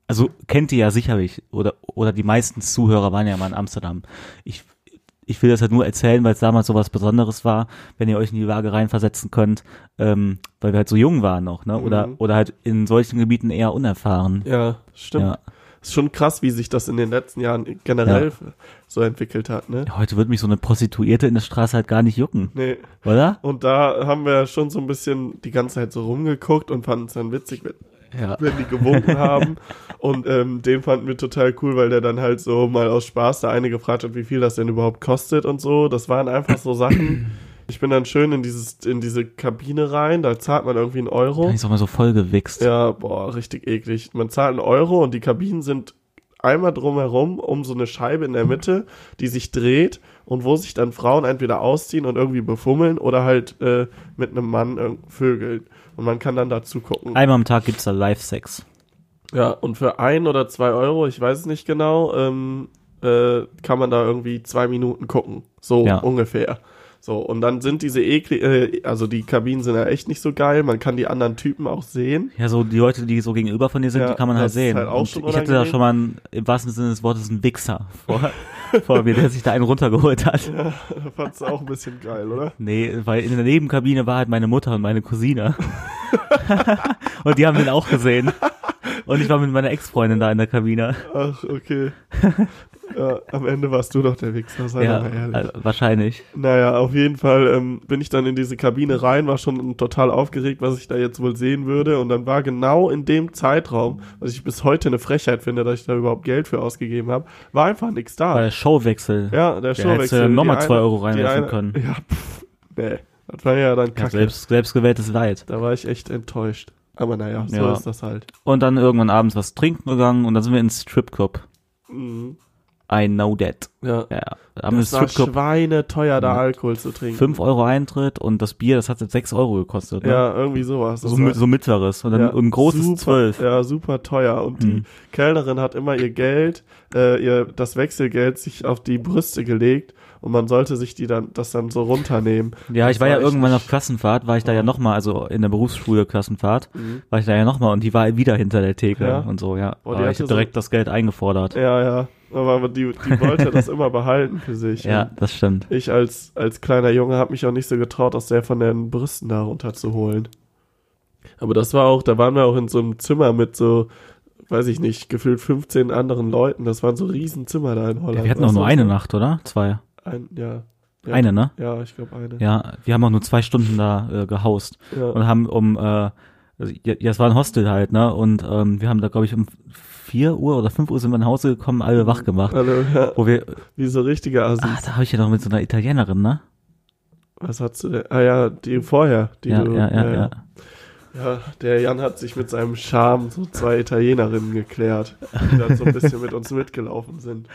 S2: Also kennt ihr ja sicherlich oder oder die meisten Zuhörer waren ja mal in Amsterdam. Ich ich will das halt nur erzählen, weil es damals so was Besonderes war, wenn ihr euch in die Lage reinversetzen könnt, ähm, weil wir halt so jung waren noch, ne? Oder
S3: Mhm.
S2: oder halt in solchen Gebieten eher unerfahren.
S3: Ja, stimmt.
S2: Ja.
S3: Ist schon krass, wie sich das in den letzten Jahren generell so entwickelt hat, ne?
S2: Ja, Heute wird mich so eine Prostituierte in der Straße halt gar nicht jucken,
S3: Nee.
S2: oder?
S3: Und da haben wir schon so ein bisschen die ganze Zeit so rumgeguckt und fanden es dann witzig, wenn,
S2: Ja.
S3: wenn die
S2: <laughs>
S3: gewunken haben. Und ähm, den fanden wir total cool, weil der dann halt so mal aus Spaß da eine gefragt hat, wie viel das denn überhaupt kostet und so. Das waren einfach so Sachen. Ich bin dann schön in dieses, in diese Kabine rein, da zahlt man irgendwie einen Euro.
S2: Ich sag mal so voll gewichst.
S3: Ja, boah, richtig eklig. Man zahlt einen Euro und die Kabinen sind einmal drumherum um so eine Scheibe in der Mitte, die sich dreht und wo sich dann Frauen entweder ausziehen und irgendwie befummeln oder halt äh, mit einem Mann äh, vögeln. Und man kann dann dazu gucken.
S2: Einmal am Tag gibt's da Live-Sex.
S3: Ja, und für ein oder zwei Euro, ich weiß es nicht genau, ähm, äh, kann man da irgendwie zwei Minuten gucken. So
S2: Ja.
S3: ungefähr. So, und dann sind diese ekli, äh, also die Kabinen sind ja echt nicht so geil. Man kann die anderen Typen auch sehen. <laughs>
S2: Ja, so die Leute, die so gegenüber von dir sind,
S3: Ja,
S2: die kann man halt
S3: das ist
S2: sehen.
S3: halt auch
S2: Und
S3: schon
S2: ich hatte da
S3: unangenehm.
S2: schon mal einen, im wahrsten Sinne des Wortes einen Wichser vor, <laughs> vor mir, der sich da einen runtergeholt hat.
S3: Da fand's auch ein bisschen geil, oder?
S2: Nee, weil in der Nebenkabine war halt meine Mutter und meine
S3: <laughs>
S2: Cousine. und die haben den auch gesehen. Und ich war mit meiner Ex-Freundin da in der Kabine.
S3: Ach,
S2: <laughs>
S3: okay. ja, am Ende warst du doch der Wichser, sei
S2: Ja,
S3: doch mal ehrlich.
S2: also wahrscheinlich.
S3: Naja, auf jeden Fall ähm, bin ich dann in diese Kabine rein, war schon total aufgeregt, was ich da jetzt wohl sehen würde. Und dann war genau in dem Zeitraum, was ich bis heute eine Frechheit finde, dass ich da überhaupt Geld für ausgegeben habe, war einfach nichts
S2: War
S3: da.
S2: der Showwechsel.
S3: Ja, der
S2: hättest du
S3: Showwechsel.
S2: ja noch mal
S3: die
S2: zwei
S3: eine-
S2: Euro
S3: die
S2: reinwerfen
S3: eine-
S2: können.
S3: Ja, pff, nee. Das war ja dann
S2: Ja,
S3: kacke.
S2: selbst, selbstgewähltes Leid.
S3: da war ich echt enttäuscht. Aber naja, so
S2: Ja.
S3: ist das halt.
S2: Und dann irgendwann abends was trinken gegangen und dann sind wir ins Stripclub.
S3: Mhm.
S2: I know that.
S3: Ja.
S2: Ja, da haben wir ins
S3: Das war
S2: Stripclub
S3: schweineteuer, da
S2: Ja.
S3: Alkohol zu trinken.
S2: 5 Euro Eintritt und das Bier, das hat jetzt 6 Euro gekostet. Ne?
S3: Ja, irgendwie sowas.
S2: so,
S3: Das
S2: mi-
S3: war-
S2: so mittleres. Und dann ein großes
S3: super,
S2: 12.
S3: Ja, super teuer. Und die
S2: Mhm.
S3: Kellnerin hat immer ihr Geld, äh, ihr das Wechselgeld sich auf die Brüste gelegt und man sollte sich die dann das dann so runternehmen.
S2: Ja, ich
S3: Das
S2: war ja
S3: echt
S2: irgendwann auf
S3: nicht- Mhm.
S2: Klassenfahrt, war ich da ja nochmal, also in der Berufsschule Klassenfahrt, war ich da ja nochmal und die war wieder hinter der Theke
S3: Ja.
S2: und so, ja.
S3: Oh,
S2: Aber ich
S3: die hatte
S2: habe
S3: so-
S2: direkt das Geld eingefordert. Ja,
S3: Ja, ja. Aber die, die wollte das immer behalten für sich. Und
S2: das stimmt.
S3: Ich als, als kleiner Junge habe mich auch nicht so getraut, aus der von den Brüsten da runterzuholen. Aber das war auch, da waren wir auch in so einem Zimmer mit so, weiß ich nicht, gefühlt 15 anderen Leuten. Das waren so riesen Zimmer da in Holland.
S2: Ja, wir hatten auch
S3: Weißt
S2: nur
S3: du?
S2: eine Nacht, oder? Zwei.
S3: Ein, ja. ja.
S2: Eine, ne?
S3: Ja, ich glaube eine.
S2: Ja, wir haben auch nur zwei Stunden da äh, gehaust
S3: Ja.
S2: und haben um, äh, also, ja, ja, es war ein Hostel halt, ne? Und ähm, wir haben da, glaube ich, um 4 Uhr oder 5 Uhr sind wir nach Hause gekommen, alle wach gemacht.
S3: Hallo, ja.
S2: Wo wir,
S3: Wie so richtige Assis.
S2: ah, da habe ich ja noch mit so einer Italienerin, ne?
S3: Was hast du denn? Ah ja, die vorher. Die
S2: Ja,
S3: du, äh,
S2: ja, ja, ja.
S3: Ja, der Jan hat sich mit seinem Charme so zwei Italienerinnen geklärt, die dann so ein bisschen mit uns mitgelaufen sind.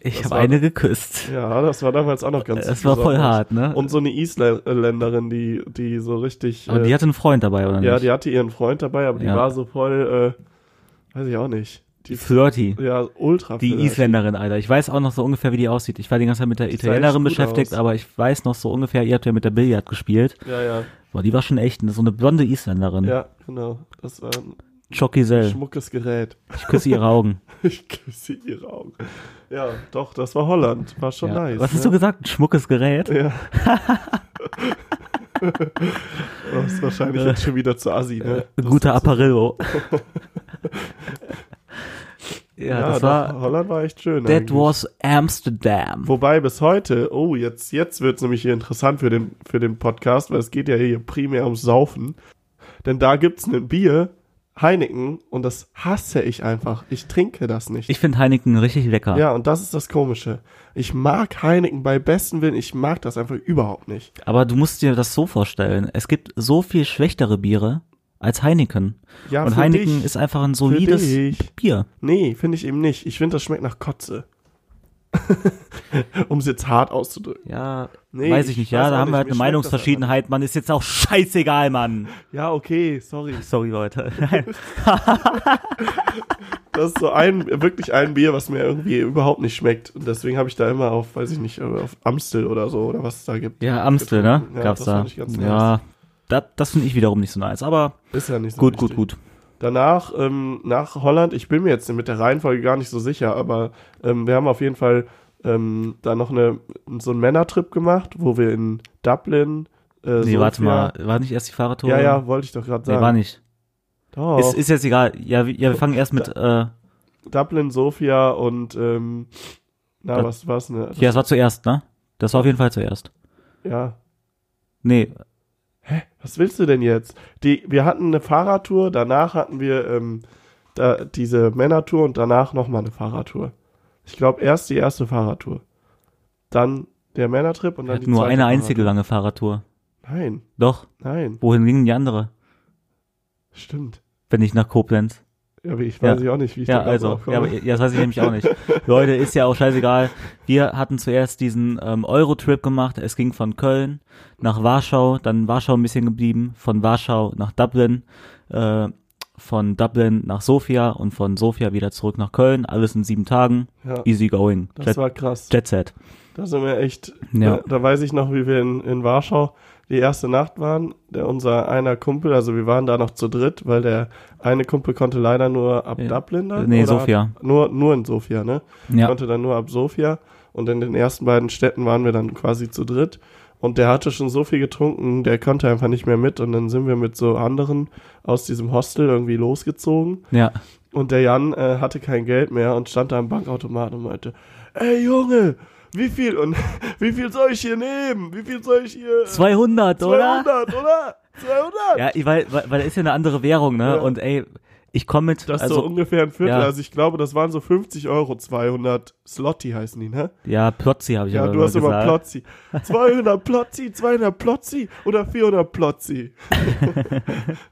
S2: Ich
S3: Das
S2: habe
S3: war-
S2: eine geküsst.
S3: Ja, das war damals auch noch ganz
S2: Es war voll
S3: besonders.
S2: hart, ne?
S3: Und so eine Isländerin, die, die so richtig. äh,
S2: Aber die hatte einen Freund dabei, oder
S3: ja,
S2: nicht?
S3: die hatte ihren Freund dabei, aber
S2: Ja.
S3: die war so voll, äh, weiß ich auch nicht. Die,
S2: Flirty.
S3: ja, ultra
S2: Die
S3: vielleicht.
S2: Isländerin, Alter. Ich weiß auch noch so ungefähr, wie die aussieht. Ich war die ganze Zeit mit der
S3: sah
S2: Italienerin
S3: echt gut
S2: beschäftigt,
S3: aus.
S2: aber ich weiß noch so ungefähr, ihr habt ja mit der Billard gespielt.
S3: Ja, ja.
S2: Boah, die war schon echt so eine blonde Isländerin. Ja.
S3: Ja, genau. Das war ein
S2: Chocisel.
S3: schmuckes Gerät. <laughs>
S2: Ich küsse ihre Augen.
S3: Ich küsse ihre Augen. Ja, doch, das war Holland. War schon
S2: ja.
S3: nice. ne?
S2: Was hast du gesagt? Ein schmuckes Gerät?
S3: Ja. das ist wahrscheinlich jetzt schon wieder zu assi, ne?
S2: Ein Äh. guter
S3: <laughs>
S2: Apparillo. ja,
S3: Ja,
S2: das
S3: doch,
S2: war.
S3: Holland war echt schön.
S2: That
S3: eigentlich.
S2: was Amsterdam.
S3: Wobei bis heute, oh, jetzt, jetzt wird es nämlich hier interessant für den, für den Podcast, weil es geht ja hier primär ums Saufen. Denn da gibt's ein Bier, Heineken, und das hasse ich einfach. Ich trinke das nicht.
S2: Ich finde Heineken richtig lecker.
S3: ja, und das ist das Komische. Ich mag Heineken bei besten Willen, ich mag das einfach überhaupt nicht.
S2: Aber du musst dir das so vorstellen. Es gibt so viel schlechtere Biere als Heineken.
S3: Ja,
S2: Und
S3: für
S2: Heineken
S3: dich.
S2: ist einfach ein solides
S3: dich.
S2: Bier.
S3: Nee, finde ich eben nicht. Ich finde, das schmeckt nach Kotze. <laughs> um es jetzt hart auszudrücken.
S2: Ja,
S3: Nee,
S2: weiß ich
S3: ich
S2: nicht.
S3: weiß
S2: Ja, da
S3: auch
S2: haben wir halt
S3: nicht. Mir
S2: eine
S3: schmeckt
S2: Meinungsverschiedenheit. Man ist jetzt auch scheißegal, Mann.
S3: Ja, okay, sorry.
S2: Sorry, Leute. Nein.
S3: Das ist so ein, wirklich ein Bier, was mir irgendwie überhaupt nicht schmeckt. Und deswegen habe ich da immer auf, weiß ich nicht, äh, auf Amstel oder so oder was es da gibt.
S2: <laughs> ja, Amstel, ne?
S3: Ja,
S2: Gab's
S3: das
S2: da.
S3: fand ich ganz nice.
S2: Ja, das, das finde ich wiederum nicht so nice. Aber
S3: Ist ja nicht so
S2: gut,
S3: wichtig.
S2: gut, gut.
S3: Danach, ähm, nach Holland, ich bin mir jetzt mit der Reihenfolge gar nicht so sicher, aber ähm, wir haben auf jeden Fall ähm, da noch eine, so einen Männertrip gemacht, wo wir in Dublin. Äh,
S2: Nee,
S3: Sofia-
S2: warte mal. War nicht erst die Fahrradtour?
S3: Ja, Oh. ja, wollte ich doch gerade
S2: Nee,
S3: sagen.
S2: war nicht.
S3: Doch.
S2: Ist, ist jetzt egal. Ja, wir- ja, wir fangen erst mit, äh,
S3: Dublin, Sofia und ähm, na,
S2: Das-
S3: was was ne?
S2: ja, es war zuerst, ne? Das war auf jeden Fall zuerst.
S3: Ja.
S2: Nee,
S3: Was willst du denn jetzt? Die, wir hatten eine Fahrradtour, danach hatten wir ähm, da, diese Männertour und danach nochmal eine Fahrradtour. Ich glaube, erst die erste Fahrradtour. Dann der Männertrip und
S2: wir
S3: dann die
S2: hatten nur
S3: zweite
S2: eine einzige
S3: Fahrradtour.
S2: lange Fahrradtour.
S3: Nein,
S2: Doch,
S3: nein,
S2: wohin ging die andere?
S3: stimmt.
S2: Wenn nicht nach Koblenz.
S3: Ja, aber ich weiß
S2: Ja.
S3: auch nicht, wie ich
S2: Ja,
S3: da drauf
S2: also,
S3: komme.
S2: ja, aber, ja, das weiß ich nämlich
S3: <laughs>
S2: auch nicht. Leute, ist ja auch scheißegal. Wir hatten zuerst diesen ähm, Euro-Trip gemacht. Es ging von Köln nach Warschau, dann Warschau ein bisschen geblieben, von Warschau nach Dublin, äh, von Dublin nach Sofia und von Sofia wieder zurück nach Köln. Alles in sieben Tagen.
S3: Ja.
S2: Easy going.
S3: das
S2: Jet,
S3: war krass.
S2: Jet Set.
S3: Da sind wir echt,
S2: Ja.
S3: Äh, da, da weiß ich noch, wie wir in, in Warschau die erste Nacht waren. Der, unser einer Kumpel, also wir waren da noch zu dritt, weil der eine Kumpel konnte leider nur ab
S2: Ja.
S3: Dublin dann.
S2: Nee,
S3: oder
S2: Sofia.
S3: Ab, nur, nur in Sofia, ne?
S2: Ja.
S3: Konnte dann nur ab Sofia. Und in den ersten beiden Städten waren wir dann quasi zu dritt. Und der hatte schon so viel getrunken, der konnte einfach nicht mehr mit. Und dann sind wir mit so anderen aus diesem Hostel irgendwie losgezogen.
S2: Ja.
S3: Und der Jan äh, hatte kein Geld mehr und stand da am Bankautomaten und meinte, ey Junge, wie viel und <laughs> wie viel soll ich hier nehmen? Wie viel soll ich hier?
S2: 200, oder?
S3: 200, oder? 200?
S2: Ja, ich- weil, weil, weil das ist ja eine andere Währung, ne?
S3: Ja.
S2: Und ey, ich komme mit,
S3: Das ist so
S2: also,
S3: ungefähr ein Viertel.
S2: ja.
S3: Also ich glaube, das waren so 50 Euro, 200 Slotti heißen die, ne?
S2: ja, Plotzi habe ich
S3: Ja,
S2: aber
S3: du hast
S2: gesagt.
S3: immer Plotzi. 200 Plotzi, 200 Plotzi oder
S2: <laughs>
S3: 400 Plotzi. <laughs>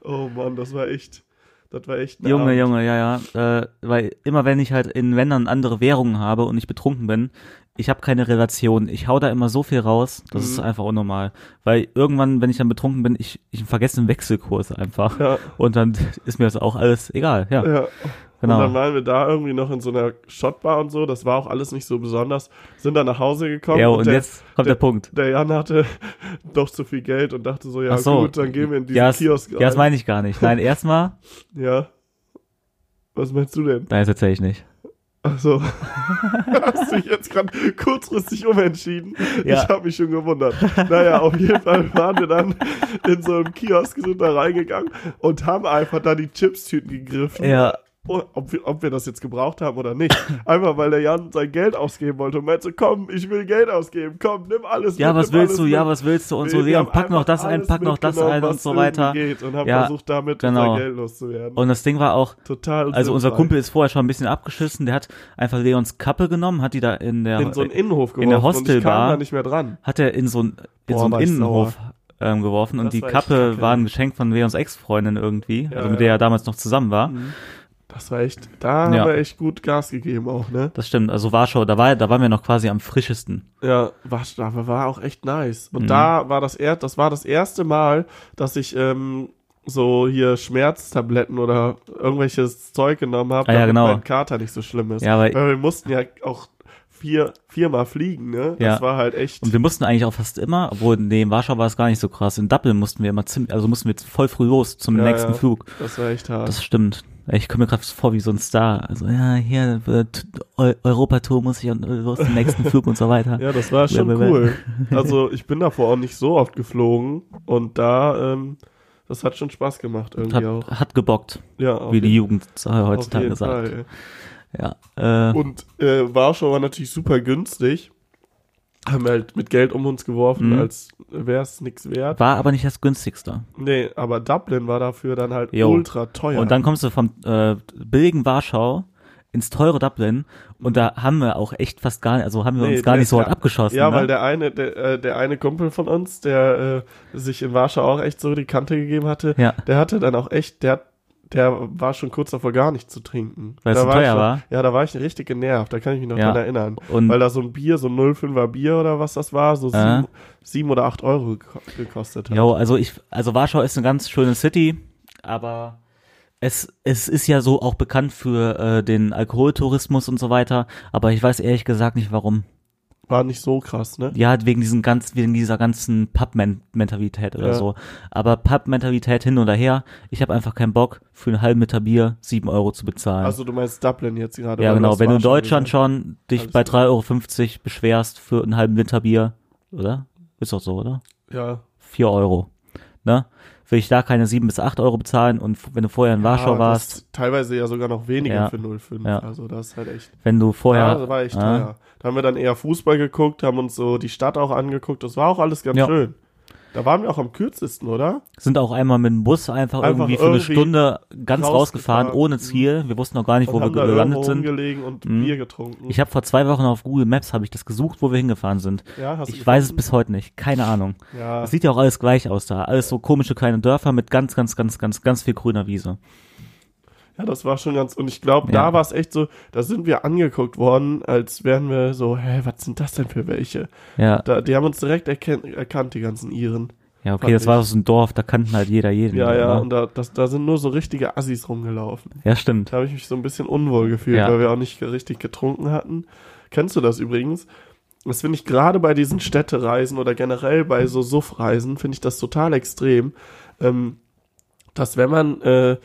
S3: oh Mann, das war echt, das war echt ein
S2: Junge,
S3: Abend.
S2: Junge, ja, ja. Äh, weil immer wenn ich halt in Ländern andere Währungen habe und ich betrunken bin, ich habe keine Relation. Ich hau da immer so viel raus, das
S3: Mhm.
S2: ist einfach unnormal. Weil irgendwann, wenn ich dann betrunken bin, ich, ich vergesse den Wechselkurs einfach.
S3: Ja.
S2: Und dann ist mir das auch alles egal, ja.
S3: Ja. Und
S2: Genau.
S3: dann waren wir da irgendwie noch in so einer Shotbar und so. Das war auch alles nicht so besonders. Sind dann nach Hause gekommen.
S2: Ja, und
S3: der,
S2: jetzt kommt der Punkt.
S3: Der Jan hatte <laughs> doch zu viel Geld und dachte so, ja
S2: Ach so.
S3: gut, dann gehen wir in diesen
S2: ja, das-
S3: Kiosk
S2: Ja, das
S3: rein.
S2: meine ich gar nicht. Nein, erstmal,
S3: Ja. Was meinst du denn?
S2: nein, das erzähle ich nicht. <laughs>
S3: Ach so. Hast dich jetzt gerade kurzfristig umentschieden?
S2: Ja.
S3: Ich habe mich schon gewundert. Naja, auf jeden Fall waren wir dann in so einem Kiosk, sind da reingegangen und haben einfach da die Chipstüten gegriffen.
S2: Ja,
S3: Oh, ob wir, ob wir das jetzt gebraucht haben oder nicht. Einfach weil der Jan sein Geld ausgeben wollte und meinte, komm, ich will Geld ausgeben, komm, nimm alles
S2: ja,
S3: mit,
S2: was
S3: nimm
S2: willst
S3: alles
S2: du, ja,
S3: mit.
S2: was willst du und
S3: Nee,
S2: so,
S3: wir
S2: ja,
S3: haben
S2: pack noch
S3: einfach
S2: das ein,
S3: alles
S2: pack noch das
S3: mitgenommen,
S2: ein und
S3: was
S2: so
S3: irgendwie
S2: weiter.
S3: Geht und haben
S2: Ja,
S3: versucht, damit
S2: genau.
S3: unser Geld loszuwerden.
S2: Und das Ding war auch,
S3: Total
S2: Also unser
S3: sinnfrei.
S2: Kumpel ist vorher schon ein bisschen abgeschissen. Der hat einfach Leons Kappe genommen, hat die da in der
S3: in so einen Innenhof geworfen
S2: in der
S3: und ich kam
S2: Hostelbar-
S3: da nicht mehr dran.
S2: hat er in so einen in
S3: Boah,
S2: so einen
S3: war ich
S2: Innenhof ähm, geworfen und
S3: Das
S2: die
S3: war echt
S2: Kappe
S3: kacke.
S2: war ein Geschenk von Leons Ex-Freundin irgendwie,
S3: Ja,
S2: also mit
S3: ja. Mhm.
S2: der er damals noch zusammen war.
S3: Das war echt, da
S2: Ja.
S3: haben wir echt gut Gas gegeben auch, ne?
S2: Das stimmt. Also Warschau, da war da waren wir noch quasi am frischesten.
S3: Ja, war, aber war auch echt nice. Und
S2: Mhm.
S3: da war das er, das war das erste Mal, dass ich ähm, so hier Schmerztabletten oder irgendwelches Zeug genommen habe,
S2: Ah, ja, genau.
S3: mein Kater nicht so schlimm ist.
S2: Ja, weil-
S3: wir mussten ja auch vier viermal fliegen, ne? Das
S2: Ja.
S3: war halt echt.
S2: Und wir mussten eigentlich auch fast immer, obwohl nee, in Warschau war es gar nicht so krass. In Dublin mussten wir immer ziemlich, also mussten wir jetzt voll früh los zum
S3: Ja,
S2: nächsten
S3: ja.
S2: Flug.
S3: Das war echt hart.
S2: Das stimmt. Ich komme mir gerade vor wie so ein Star. Also ja, hier äh, t- Eu- Europatour muss ich und äh, los zum
S3: <laughs>
S2: nächsten Flug und so weiter.
S3: ja, das war schon
S2: Bäh, bäh, bäh.
S3: cool.
S2: <laughs>
S3: Also ich bin davor auch nicht so oft geflogen und da, ähm, das hat schon Spaß gemacht irgendwie auch.
S2: hat, hat gebockt,
S3: Ja, auf
S2: wie die
S3: jeden-
S2: Jugend äh,
S3: auf
S2: heutzutage
S3: jeden
S2: sagt.
S3: Fall.
S2: Ja, äh,
S3: Und äh, Warschau war natürlich super günstig. Haben wir halt mit Geld um uns geworfen,
S2: Mhm.
S3: als wäre es nichts wert.
S2: war aber nicht das günstigste.
S3: Nee, aber Dublin war dafür dann halt
S2: Jo.
S3: ultra teuer.
S2: Und dann kommst du vom äh, billigen Warschau ins teure Dublin und da haben wir auch echt fast gar nicht, also haben wir
S3: Nee,
S2: uns gar
S3: der-
S2: nicht so hart
S3: der-
S2: abgeschossen.
S3: ja,
S2: ne?
S3: weil der eine, der, äh, der eine Kumpel von uns, der äh, sich in Warschau auch echt so die Kante gegeben hatte,
S2: Ja.
S3: der hatte dann auch echt, der, der war schon kurz davor, gar nicht zu trinken.
S2: Weil es
S3: da
S2: so
S3: war ich
S2: teuer
S3: schon,
S2: war?
S3: Ja, da war ich richtig genervt, da kann ich mich noch
S2: Ja.
S3: dran erinnern.
S2: Und-
S3: weil da so ein Bier, so ein 05er Bier oder was das war, so sieben, sieben oder acht Euro geko- gekostet hat.
S2: Jo, also ich, also Warschau ist eine ganz schöne City, aber es, es ist ja so auch bekannt für äh, den Alkoholtourismus und so weiter, aber ich weiß ehrlich gesagt nicht warum.
S3: War nicht so krass, ne?
S2: Ja, wegen diesen ganz, wegen dieser ganzen Pub-Mentalität oder
S3: Ja.
S2: so. Aber Pub-Mentalität hin oder her, ich habe einfach keinen Bock, für einen halben Liter Bier sieben Euro zu bezahlen.
S3: Also du meinst Dublin jetzt gerade.
S2: ja,
S3: weil
S2: genau.
S3: das
S2: Wenn du
S3: war
S2: in Deutschland
S3: wieder-
S2: schon dich
S3: ne? Alles
S2: bei
S3: klar.
S2: 3,50 Euro beschwerst für einen halben Liter Bier, oder? Ist doch so, oder?
S3: Ja.
S2: 4 Euro. Ne? Will ich da keine 7 bis 8 Euro bezahlen und f- wenn du vorher in Warschau
S3: Ah, das
S2: warst,
S3: ist Teilweise ja sogar noch weniger
S2: Ja.
S3: für 05.
S2: Ja.
S3: Also das ist halt echt.
S2: wenn du vorher.
S3: Ja, das war echt
S2: Ah,
S3: teuer. Da haben wir dann eher Fußball geguckt, haben uns so die Stadt auch angeguckt. Das war auch alles ganz
S2: Ja.
S3: schön. Da waren wir auch am kürzesten, oder?
S2: Sind auch einmal mit dem Bus einfach,
S3: Einfach
S2: irgendwie für eine
S3: irgendwie
S2: Stunde ganz
S3: rausgefahren.
S2: rausgefahren, ohne Ziel. Wir wussten noch gar nicht,
S3: Und
S2: wo wir
S3: haben da
S2: gelandet
S3: irgendwo
S2: sind.
S3: rumgelegen und
S2: Mhm.
S3: Bier getrunken.
S2: Ich habe vor zwei Wochen auf Google Maps habe ich das gesucht, wo wir hingefahren sind.
S3: ja, hast du
S2: Ich weiß es
S3: gefunden?
S2: bis heute nicht. Keine Ahnung.
S3: Ja.
S2: Es sieht ja auch alles gleich aus da. Alles so komische kleine Dörfer mit ganz, ganz, ganz, ganz, ganz viel grüner Wiese.
S3: Ja, das war schon ganz. Und ich glaube, da
S2: Ja.
S3: war es echt so, da sind wir angeguckt worden, als wären wir so, hä, was sind das denn für welche?
S2: Ja,
S3: Da, die haben uns direkt erken, erkannt, die ganzen Iren.
S2: ja okay,
S3: fand
S2: das war
S3: ich.
S2: so ein Dorf, da kannten halt jeder jeden.
S3: Ja, ja,
S2: ne?
S3: und da, das, da sind nur so richtige Assis rumgelaufen.
S2: ja, stimmt.
S3: Da habe ich mich so ein bisschen unwohl gefühlt,
S2: Ja.
S3: weil wir auch nicht ge- richtig getrunken hatten. Kennst du das übrigens? Das finde ich gerade bei diesen Städtereisen oder generell bei so Suffreisen, finde ich das total extrem, ähm, dass wenn man, äh,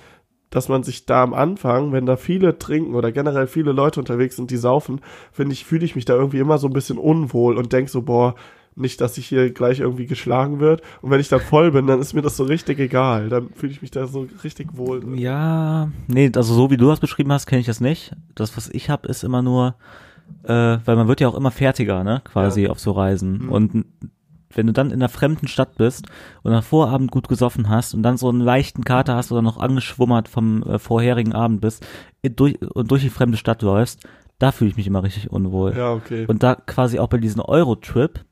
S3: dass man sich da am Anfang, wenn da viele trinken oder generell viele Leute unterwegs sind, die saufen, finde ich, fühle ich mich da irgendwie immer so ein bisschen unwohl und denk so, boah, nicht, dass ich hier gleich irgendwie geschlagen wird. Und wenn ich dann voll bin, dann ist mir das so richtig egal. Dann fühle ich mich da so richtig wohl. drin.
S2: Ja, Äh, nee, also so wie du das beschrieben hast, kenne ich das nicht. Das, was ich habe, ist immer nur, äh, weil man wird ja auch immer fertiger, ne, quasi
S3: Ja. Mhm.
S2: auf so Reisen. Und n- wenn du dann in einer fremden Stadt bist und am Vorabend gut gesoffen hast und dann so einen leichten Kater hast oder noch angeschwummert vom äh, vorherigen Abend bist i- durch, und durch die fremde Stadt läufst, da fühle ich mich immer richtig unwohl.
S3: Ja, okay.
S2: Und da quasi auch bei diesem Euro-Trip,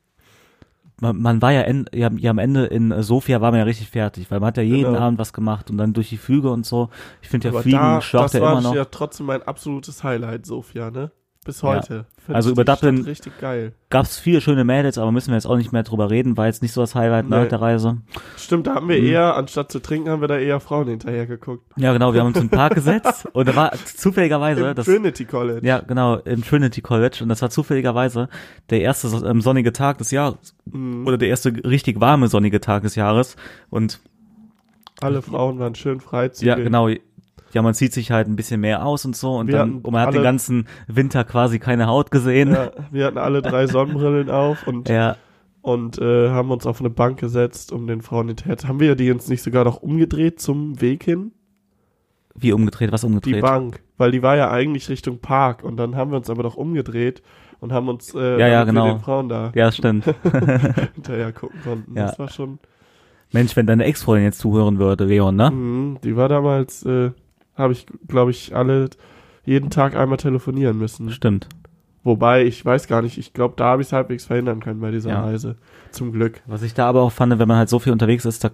S2: man, man war ja, en, ja, ja am Ende in äh, Sofia, war man ja richtig fertig, weil man hat ja jeden
S3: Genau.
S2: Abend was gemacht und dann durch die Flüge und so. Ich finde ja
S3: Aber
S2: Fliegen
S3: da,
S2: schlaucht
S3: das
S2: ja
S3: war
S2: immer noch.
S3: ja trotzdem mein absolutes Highlight, Sofia, ne? Bis heute. Find
S2: Also
S3: ich
S2: über
S3: die Stadt
S2: Dublin-
S3: Richtig geil.
S2: Gab's viele schöne Mädels, aber müssen wir jetzt auch nicht mehr drüber reden, war jetzt nicht so das Highlight
S3: Nee.
S2: nach der Reise.
S3: Stimmt, da haben
S2: Mhm.
S3: wir eher, anstatt zu trinken, haben wir da eher Frauen hinterher geguckt.
S2: Ja, genau, wir haben uns in den
S3: <laughs>
S2: Park gesetzt und da war zufälligerweise,
S3: Im
S2: das,
S3: Trinity College.
S2: ja genau, im Trinity College und das war zufälligerweise der erste so- ähm, sonnige Tag des Jahres
S3: Mhm.
S2: oder der erste richtig warme sonnige Tag des Jahres und
S3: Alle Frauen waren schön freizügig.
S2: Ja, genau. Ja, man zieht sich halt ein bisschen mehr aus und so und
S3: Wir
S2: dann
S3: hatten
S2: und man hat den
S3: alle-
S2: ganzen Winter quasi keine Haut gesehen. Ja.
S3: Ja, wir hatten alle drei Sonnenbrillen auf und, und äh, haben uns auf eine Bank gesetzt, um den Frauen hinterher. Haben wir die uns nicht sogar noch umgedreht zum Weg hin?
S2: Wie umgedreht, was
S3: Die
S2: umgedreht?
S3: Bank. Weil die war ja eigentlich Richtung Park und dann haben wir uns aber noch umgedreht und haben uns äh,
S2: Ja, ja,
S3: damit wir
S2: genau.
S3: den Frauen da
S2: Ja,
S3: <laughs>
S2: stimmt.
S3: hinterher gucken konnten.
S2: Ja.
S3: Das war schon.
S2: Mensch, wenn deine Ex-Freundin jetzt zuhören würde, Leon, ne?
S3: Mhm, die war damals, äh, habe ich, glaube ich, alle jeden Tag einmal telefonieren müssen.
S2: Stimmt.
S3: Wobei, ich weiß gar nicht, ich glaube, da habe ich es halbwegs verhindern können bei dieser
S2: Ja.
S3: Reise. Zum Glück.
S2: Was ich da aber auch fand, wenn man halt so viel unterwegs ist, da,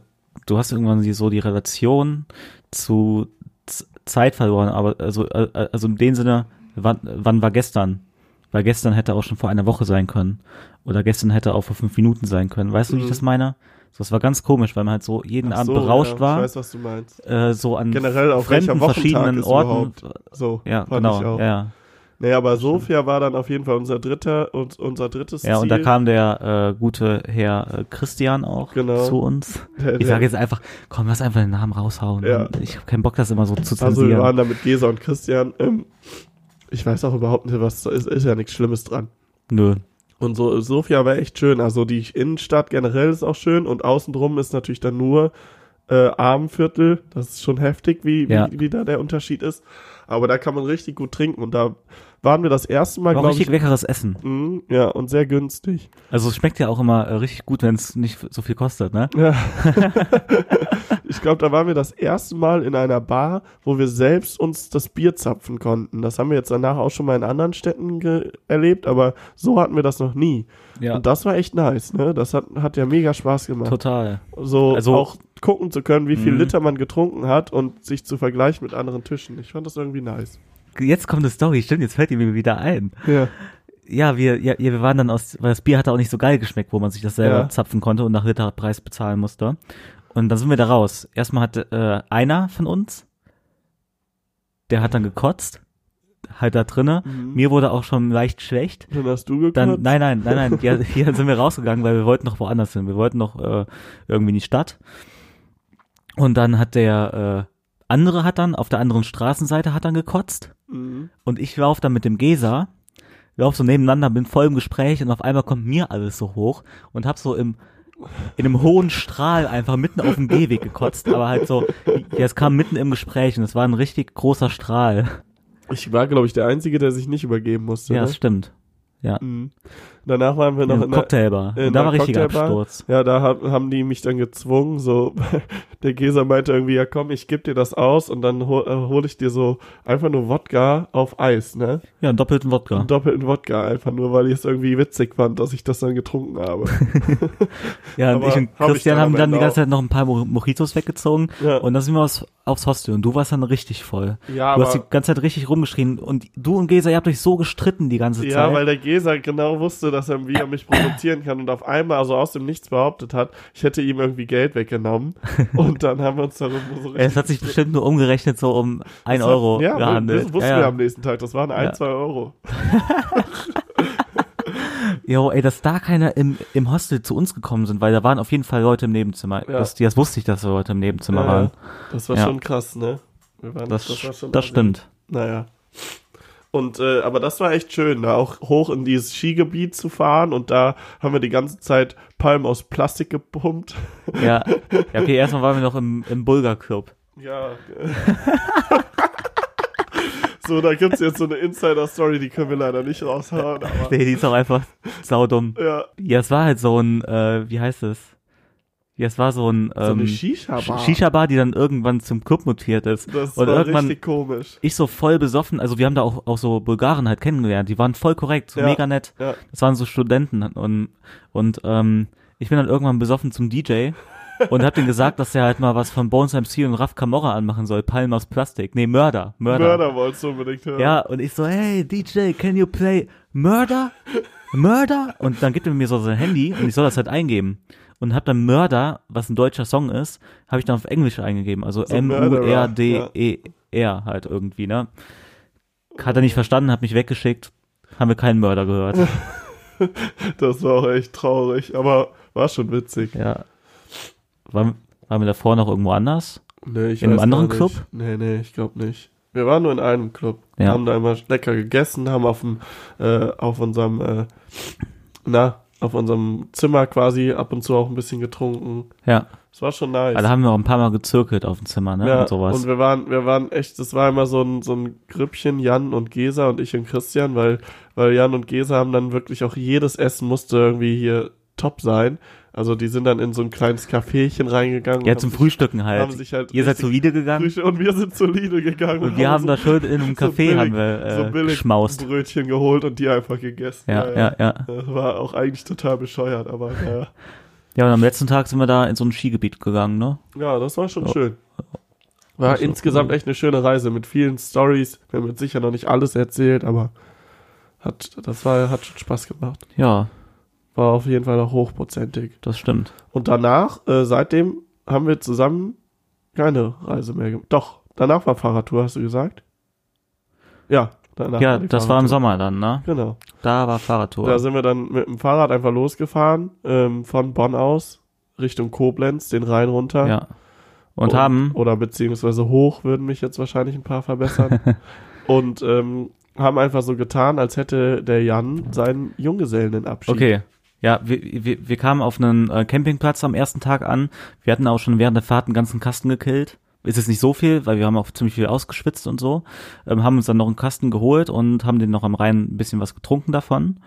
S2: du hast irgendwann die, so die Relation zu Z Zeit verloren, aber also, äh, also in dem Sinne, wann, wann war gestern? Weil gestern hätte auch schon vor einer Woche sein können. Oder gestern hätte auch vor fünf Minuten sein können. Weißt du, wie ich
S3: Mhm.
S2: das meine? So, das war ganz komisch, weil man halt so jeden
S3: Ach
S2: Abend
S3: so,
S2: berauscht
S3: ja,
S2: war,
S3: Ich weiß, was du meinst.
S2: äh, so an
S3: Generell auf
S2: fremden
S3: welcher Wochentag
S2: verschiedenen
S3: ist
S2: Orten.
S3: So,
S2: Ja,
S3: fand ich
S2: genau.
S3: auch.
S2: Ja, ja.
S3: Naja, aber Sofia war dann auf jeden Fall unser dritter und unser drittes
S2: ja, und da
S3: Ziel.
S2: kam der äh, gute Herr äh, Christian auch
S3: Genau.
S2: zu uns.
S3: Der-
S2: Ich
S3: der-
S2: sage jetzt einfach, komm, lass einfach den Namen raushauen.
S3: Ja.
S2: Ich habe keinen Bock, das immer so zu
S3: Also wir
S2: zensieren.
S3: waren da mit Gesa und Christian. Ähm, ich weiß auch überhaupt nicht, was da ist, ist ja nichts Schlimmes dran.
S2: Nö.
S3: Und so, Sofia war echt schön. Also die Innenstadt generell ist auch schön und außenrum ist natürlich dann nur äh, Armviertel. Das ist schon heftig, wie,
S2: Ja.
S3: wie, wie da der Unterschied ist. Aber da kann man richtig gut trinken. Und da waren wir das erste Mal,
S2: War auch
S3: glaube
S2: richtig
S3: ich.
S2: leckeres Essen.
S3: Mh, ja, und sehr günstig.
S2: Also es schmeckt ja auch immer äh, richtig gut, wenn es nicht so viel kostet, ne? <laughs>
S3: Ja. ich glaube, da waren wir das erste Mal in einer Bar, wo wir selbst uns das Bier zapfen konnten. Das haben wir jetzt danach auch schon mal in anderen Städten ge- erlebt, aber so hatten wir das noch nie.
S2: Ja.
S3: Und das war echt nice, ne? Das hat, hat ja mega Spaß gemacht.
S2: Total.
S3: so
S2: Also-
S3: auch gucken zu können, wie viel
S2: Mhm.
S3: Liter man getrunken hat und sich zu vergleichen mit anderen Tischen. Ich fand das irgendwie nice.
S2: Jetzt kommt eine Story, stimmt, jetzt fällt die mir wieder ein.
S3: Ja,
S2: Ja, wir, ja, ja, wir waren dann aus, weil das Bier hatte auch nicht so geil geschmeckt, wo man sich das selber
S3: Ja.
S2: zapfen konnte und nach Literpreis bezahlen musste. Und dann sind wir da raus. Erstmal hat äh, einer von uns, der hat dann gekotzt, halt da drinne.
S3: Mhm.
S2: Mir wurde auch schon leicht schlecht.
S3: dann hast du geguckt.
S2: Dann, nein, nein, nein, nein.
S3: <laughs>
S2: Ja, hier sind wir rausgegangen, weil wir wollten noch woanders hin. Wir wollten noch äh, irgendwie in die Stadt. Und dann hat der äh, andere hat dann, auf der anderen Straßenseite hat dann gekotzt.
S3: Mhm.
S2: Und ich laufe dann mit dem Gesa, laufe so nebeneinander, bin voll im Gespräch und auf einmal kommt mir alles so hoch und hab so im in einem hohen Strahl einfach mitten auf dem Gehweg gekotzt, aber halt so, ja, es kam mitten im Gespräch und es war ein richtig großer Strahl.
S3: Ich war, glaube ich, der Einzige, der sich nicht übergeben musste.
S2: Ja,
S3: ne?
S2: das stimmt. Ja.
S3: Mhm. Danach waren wir noch
S2: Noch
S3: in der,
S2: Cocktailbar.
S3: in
S2: da
S3: einer
S2: war richtiger
S3: Cocktailbar.
S2: Absturz.
S3: Ja, da hab, haben die mich dann gezwungen, so, <laughs> der Gesa meinte irgendwie, ja komm, ich geb dir das aus und dann hol, äh, hol ich dir so einfach nur Wodka auf Eis, ne?
S2: Ja, einen doppelten Wodka.
S3: Einen doppelten Wodka, einfach nur, weil ich es irgendwie witzig fand, dass ich das dann getrunken habe.
S2: Ja, und
S3: Aber
S2: ich und
S3: hab ich
S2: Christian
S3: dann am
S2: haben dann die
S3: Ende
S2: ganze
S3: auch.
S2: Zeit noch ein paar Mo- Mojitos weggezogen
S3: Ja.
S2: und dann sind wir aufs, aufs Hostel und du warst dann richtig voll.
S3: Ja,
S2: du hast die
S3: aber-
S2: ganze Zeit richtig rumgeschrien und du und Gesa, ihr habt euch so gestritten die ganze
S3: ja,
S2: Zeit.
S3: weil der Gesa genau wusste, dass er, wie er mich provozieren kann und auf einmal, also aus dem Nichts behauptet hat, ich hätte ihm irgendwie
S2: <laughs>
S3: Geld weggenommen und dann haben wir uns darüber so richtig
S2: es hat sich bestimmt nur umgerechnet so um ein
S3: Das hat-
S2: Euro
S3: ja,
S2: gehandelt.
S3: Das wussten
S2: ja,
S3: wir
S2: ja.
S3: am nächsten Tag. Das waren ein,
S2: Ja.
S3: zwei Euro.
S2: Jo, ey, dass da keiner im, im Hostel zu uns gekommen sind, weil da waren auf jeden Fall Leute im Nebenzimmer.
S3: Ja.
S2: Das, das wusste ich, dass da Leute im Nebenzimmer
S3: Ja,
S2: waren.
S3: Das war
S2: Ja.
S3: schon krass, ne? Wir waren,
S2: Das,
S3: war
S2: das,
S3: schon Wahnsinn.
S2: stimmt.
S3: Naja. Und, äh, aber das war echt schön, da auch hoch in dieses Skigebiet zu fahren und da haben wir die ganze Zeit Palmen aus Plastik gepumpt.
S2: Ja. ja, okay, erstmal waren wir noch im, im Bulgar-Club.
S3: Ja. <laughs> so, da gibt's jetzt so eine Insider-Story, die können wir leider nicht raushauen, <laughs> aber.
S2: Nee, die ist auch einfach saudumm.
S3: Ja,
S2: Ja, es war halt so ein, äh, wie heißt es? Ja, es war so ein
S3: so eine
S2: ähm,
S3: Shisha-Bar.
S2: Shisha-Bar, die dann irgendwann zum Club mutiert ist.
S3: das
S2: und
S3: war
S2: irgendwann
S3: richtig komisch.
S2: ich so voll besoffen, also wir haben da auch, auch so Bulgaren halt kennengelernt, die waren voll korrekt, so
S3: Ja.
S2: mega nett.
S3: Ja.
S2: Das waren so Studenten und, und ähm, ich bin dann irgendwann besoffen zum DJ und hab denen gesagt, dass er halt mal was von Bones MC und Raf Camorra anmachen soll, Palmen aus Plastik. Nee, Mörder, Mörder.
S3: Mörder wollt's unbedingt hören.
S2: Ja, und ich so, hey DJ, can you play Murder? Murder? Und dann gibt er mir so sein Handy und ich soll das halt eingeben. Und hab dann Murder, was ein deutscher Song ist, habe ich dann auf Englisch eingegeben. Also M-U-R-D-E-R halt irgendwie, ne? Hat er nicht verstanden, hat mich weggeschickt, haben wir keinen Mörder
S3: <laughs>
S2: gehört.
S3: Das war auch echt traurig, aber war schon witzig.
S2: Ja. Waren, waren wir davor noch irgendwo anders?
S3: Nee, ich
S2: In einem
S3: weiß
S2: anderen
S3: gar
S2: Club?
S3: Nicht. Nee, nee, ich glaube nicht. Wir waren nur in einem Club.
S2: Ja.
S3: Haben da immer lecker gegessen, haben auf dem, äh, auf unserem, äh, na, auf unserem Zimmer quasi ab und zu auch ein bisschen getrunken.
S2: Ja.
S3: Es war schon nice.
S2: Weil da haben wir auch ein paar Mal gezirkelt auf dem Zimmer, ne?
S3: ja,
S2: und sowas.
S3: und wir waren, wir waren echt, das war immer so ein, so ein Grüppchen, Jan und Gesa und ich und Christian, weil, weil Jan und Gesa haben dann wirklich auch jedes Essen musste irgendwie hier top sein. Also die sind dann in so ein kleines Caféchen reingegangen.
S2: ja,
S3: und
S2: zum
S3: haben
S2: Frühstücken halt.
S3: haben sich halt
S2: Ihr seid
S3: richtig
S2: zu Wiede gegangen?
S3: Frühstück- Und wir sind zur Lidl gegangen.
S2: Und
S3: <laughs>
S2: wir haben da schön in einem
S3: so
S2: Café
S3: billig-
S2: haben wir äh,
S3: so billig
S2: geschmaust.
S3: Brötchen geholt und die einfach gegessen.
S2: Ja, ja, ja.
S3: Das War auch eigentlich total bescheuert, aber naja.
S2: Ja, und am letzten Tag sind wir da in so ein Skigebiet gegangen, ne? Also, äh,
S3: Ja, das war schon
S2: Ja.
S3: schön. War
S2: Das war
S3: insgesamt
S2: cool.
S3: echt eine schöne Reise mit vielen Stories. Wir haben jetzt sicher noch nicht alles erzählt, aber hat, das war, hat schon Spaß gemacht.
S2: Ja,
S3: War auf jeden Fall auch hochprozentig.
S2: das stimmt.
S3: Und danach, äh, seitdem haben wir zusammen keine Reise mehr gemacht. Doch, danach war Fahrradtour, hast du gesagt? Ja, danach.
S2: ja,
S3: die
S2: das war im
S3: Fahrradtour.
S2: Sommer dann, ne?
S3: Genau.
S2: Da war Fahrradtour.
S3: Da sind wir dann mit dem Fahrrad einfach losgefahren, ähm, von Bonn aus, Richtung Koblenz, den Rhein runter.
S2: ja. Und
S3: O-
S2: haben,
S3: Oder beziehungsweise hoch, würden mich jetzt wahrscheinlich ein
S2: <laughs>
S3: paar verbessern. und ähm, haben einfach so getan, als hätte der Jan seinen Junggesellenabschied.
S2: okay. Ja, wir, wir, wir kamen auf einen äh, Campingplatz am ersten Tag an. Wir hatten auch schon während der Fahrt einen ganzen Kasten gekillt. Ist jetzt nicht so viel, weil wir haben auch ziemlich viel ausgeschwitzt und so. Ähm, haben uns dann noch einen Kasten geholt und haben den noch am Rhein ein bisschen was getrunken davon.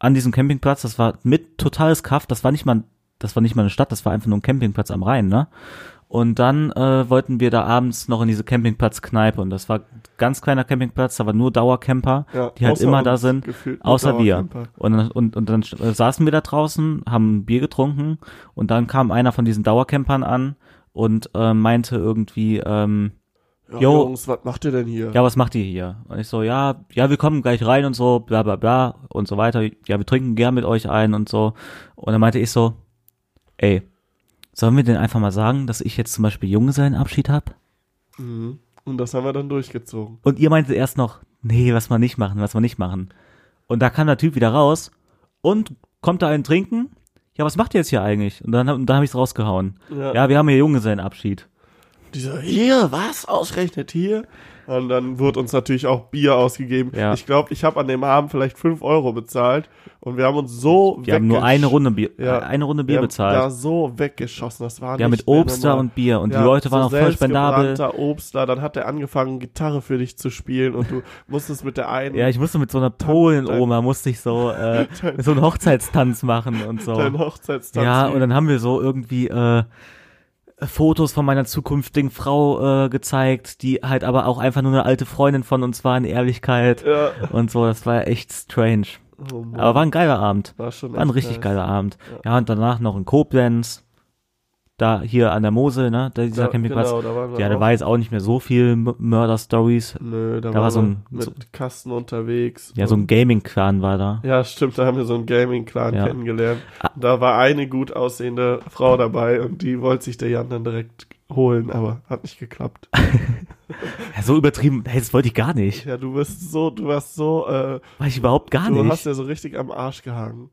S2: An diesem Campingplatz, das war mit totales Kraft, das war nicht mal, das war nicht mal eine Stadt, das war einfach nur ein Campingplatz am Rhein, ne? Und dann äh, wollten wir da abends noch in diese Campingplatzkneipe und das war ganz kleiner Campingplatz, da waren nur Dauercamper,
S3: Ja,
S2: die halt
S3: außer
S2: immer
S3: uns
S2: da sind,
S3: gefühlt nur
S2: außer wir.
S3: Dauercamper.
S2: Und, dann- und, und dann äh, saßen wir da draußen, haben ein Bier getrunken und dann kam einer von diesen Dauercampern an und äh, meinte irgendwie, ähm,
S3: Ja,
S2: Jo.
S3: Jungs, was macht ihr denn hier?
S2: ja, was macht ihr hier? Und ich so, ja, ja, wir kommen gleich rein und so, bla bla bla und so weiter. Ja, wir trinken gern mit euch ein und so. Und dann meinte ich so, ey, sollen wir denn einfach mal sagen, dass ich jetzt zum Beispiel Junggesellenabschied hab?
S3: Mhm. Und das haben wir dann durchgezogen.
S2: Und ihr meintet erst noch, nee, was wir nicht machen, was wir nicht machen. Und da kam der Typ wieder raus und kommt da einen trinken. Ja, was macht ihr jetzt hier eigentlich? Und dann, hab- und da habe ich es rausgehauen. Ja. wir haben hier Junggesellenabschied.
S3: Die so, hier, was? Ausgerechnet hier? Und dann wurde uns natürlich auch Bier ausgegeben.
S2: Ja.
S3: Ich glaube, ich habe an dem Abend vielleicht 5 Euro bezahlt und wir haben uns so
S2: Wir haben nur
S3: weggesch-
S2: eine Runde Bier,
S3: Ja.
S2: eine Runde
S3: wir
S2: Bier
S3: haben
S2: bezahlt.
S3: Da so weggeschossen, das war
S2: ja,
S3: nicht
S2: mit
S3: mehr
S2: Obst da
S3: normal.
S2: und Bier. Und
S3: Ja,
S2: die Leute waren
S3: so
S2: auch voll spendabel.
S3: selbstgebrannter Obst da, dann hat er angefangen, Gitarre für dich zu spielen und du <laughs> musstest mit der einen
S2: Ja, ich musste mit so einer Polen-Oma, musste ich so,
S3: <laughs>
S2: äh, so einen Hochzeitstanz machen und so.
S3: deinen Hochzeitstanz.
S2: Ja, und
S3: üben.
S2: dann haben wir so irgendwie äh, Fotos von meiner zukünftigen Frau äh, gezeigt, die halt aber auch einfach nur eine alte Freundin von uns war in Ehrlichkeit
S3: Ja.
S2: und so. Das war echt strange.
S3: Oh Mann,
S2: Aber war ein geiler Abend.
S3: war schon
S2: War ein
S3: echt
S2: richtig
S3: nice.
S2: geiler Abend. Ja. und danach noch in Koblenz. Da hier an der Mosel, ne? Da, dieser
S3: Ja,
S2: Campingplatz.
S3: genau, da waren wir
S2: ja, da
S3: auch.
S2: war jetzt auch nicht mehr so viel M- Mörder-Stories.
S3: Nö, da,
S2: Da war
S3: waren
S2: so ein-
S3: wir mit
S2: so-
S3: Kasten unterwegs.
S2: Ja, so ein Gaming-Clan war da.
S3: Ja, stimmt, da haben wir so einen Gaming-Clan
S2: Ja. Ah.
S3: kennengelernt. Da war eine gut aussehende Frau dabei und die wollte sich der Jan dann direkt holen, aber hat
S2: <laughs>
S3: nicht geklappt.
S2: Ja, so übertrieben, hey, das wollte ich gar nicht.
S3: Ja, du bist so, du warst so, äh,
S2: War ich überhaupt gar
S3: du hast
S2: nicht.
S3: ja so richtig am Arsch gehangen.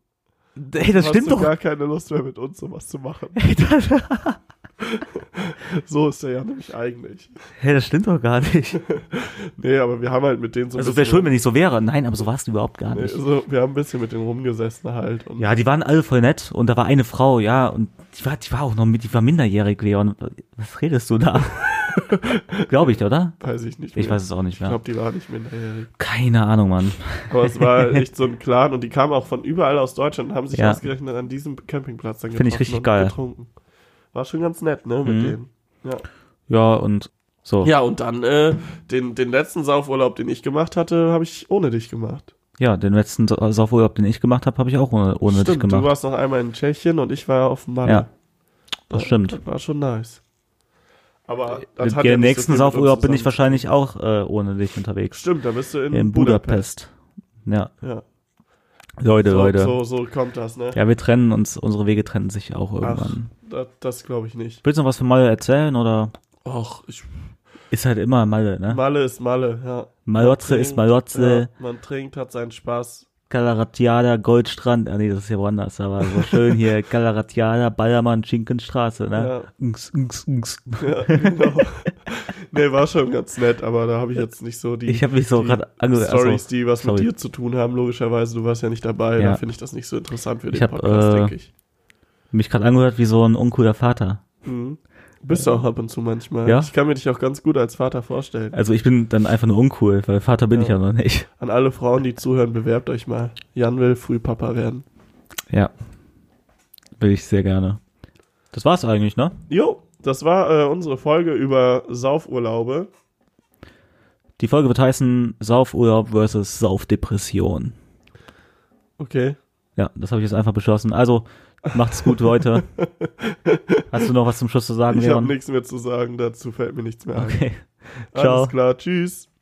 S2: Hey, Ah, das
S3: hast
S2: stimmt
S3: du
S2: doch.
S3: gar keine Lust mehr mit uns sowas zu machen.
S2: <laughs> Hey, das,
S3: So ist der Jan nämlich eigentlich.
S2: hey, das stimmt doch gar
S3: <laughs>
S2: nicht.
S3: Nee, aber wir haben halt mit denen so ein
S2: Also wäre
S3: bisschen...
S2: schön, wenn ich so wäre. Nein, aber so war es überhaupt gar
S3: nee,
S2: nicht.
S3: so, wir haben ein bisschen mit denen rumgesessen halt. Und
S2: Ja, die waren alle voll nett und da war eine Frau, ja, und die war, die war auch noch mit, die war minderjährig, Leon. Was redest du da? <laughs> Glaube ich, oder?
S3: Weiß ich nicht
S2: Ich weiß es auch nicht
S3: Ich
S2: mehr.
S3: glaube, die war nicht minderjährig.
S2: Keine Ahnung, Mann.
S3: Aber
S2: <laughs>
S3: es war echt so ein Clan und die kamen auch von überall aus Deutschland und haben sich
S2: Ja.
S3: ausgerechnet an diesem Campingplatz dann
S2: Finde ich
S3: getroffen
S2: richtig
S3: und
S2: geil.
S3: getrunken. War schon ganz nett, ne, mit
S2: Mhm.
S3: denen. Ja.
S2: Ja, und so. Ja,
S3: ja, und dann äh, den, den letzten Saufurlaub, den ich gemacht hatte, habe ich ohne dich gemacht.
S2: den letzten Sa- Saufurlaub, den ich gemacht habe, habe ich auch ohne, ohne dich
S3: Stimmt, du
S2: gemacht.
S3: warst ne? noch einmal in Tschechien und ich war auf Malle.
S2: Ja, das stimmt.
S3: War schon nice. Aber das
S2: Den
S3: hat ja nicht
S2: nächsten
S3: so viel mit uns
S2: Saufurlaub bin ich
S3: zusammen-
S2: wahrscheinlich auch äh, ohne dich unterwegs.
S3: Stimmt, da bist du in,
S2: In Budapest. Ja,
S3: Budapest.
S2: Leute,
S3: Ja. So,
S2: Leute.
S3: So, so kommt das, ne?
S2: Ja, wir trennen uns, unsere Wege trennen sich auch
S3: Ach,
S2: irgendwann.
S3: das, das glaube ich nicht.
S2: Willst du noch was von Malle erzählen oder?
S3: Ach, ich
S2: Ist halt immer Malle, ne?
S3: Malle ist Malle, ja.
S2: Malotze
S3: Man
S2: ist
S3: trinkt,
S2: Malotze.
S3: Ja, man trinkt, hat seinen Spaß.
S2: Kalaratiada, Goldstrand, ah nee, das ist ja woanders, aber so schön hier,
S3: <laughs>
S2: Kalaratiada, Ballermann, Schinkenstraße, ne? Ngs, ngs, ngs.
S3: Ja, genau. nee, war schon ganz nett, aber da habe ich jetzt nicht so die,
S2: Ich habe mich so also
S3: die
S2: gerade angehört.
S3: Stories, die was
S2: sorry.
S3: mit dir zu tun haben, logischerweise. Du warst ja nicht dabei,
S2: Ja.
S3: da finde ich das nicht so interessant für den
S2: Ich hab,
S3: Podcast,
S2: äh,
S3: denke ich.
S2: mich gerade angehört wie so ein uncooler Vater.
S3: Mhm. Bist du auch ab und zu manchmal.
S2: Ja?
S3: Ich kann mir dich auch ganz gut als Vater vorstellen.
S2: Also ich bin dann einfach nur uncool, weil Vater bin
S3: Ja.
S2: ich ja noch nicht.
S3: An alle Frauen, die zuhören, bewerbt euch mal. Jan will früh Papa werden.
S2: Ja. Will ich sehr gerne. Das war's eigentlich, ne?
S3: Jo, das war äh, unsere Folge über Saufurlaube.
S2: Die Folge wird heißen Saufurlaub versus Saufdepression.
S3: Okay.
S2: Ja, das habe ich jetzt einfach beschlossen. Also, macht's gut,
S3: <laughs>
S2: Leute. Hast du noch was zum Schluss zu sagen,
S3: Ich habe
S2: Leon?
S3: nichts mehr zu sagen, dazu fällt mir nichts mehr ein.
S2: Okay. Ciao.
S3: Alles klar, tschüss.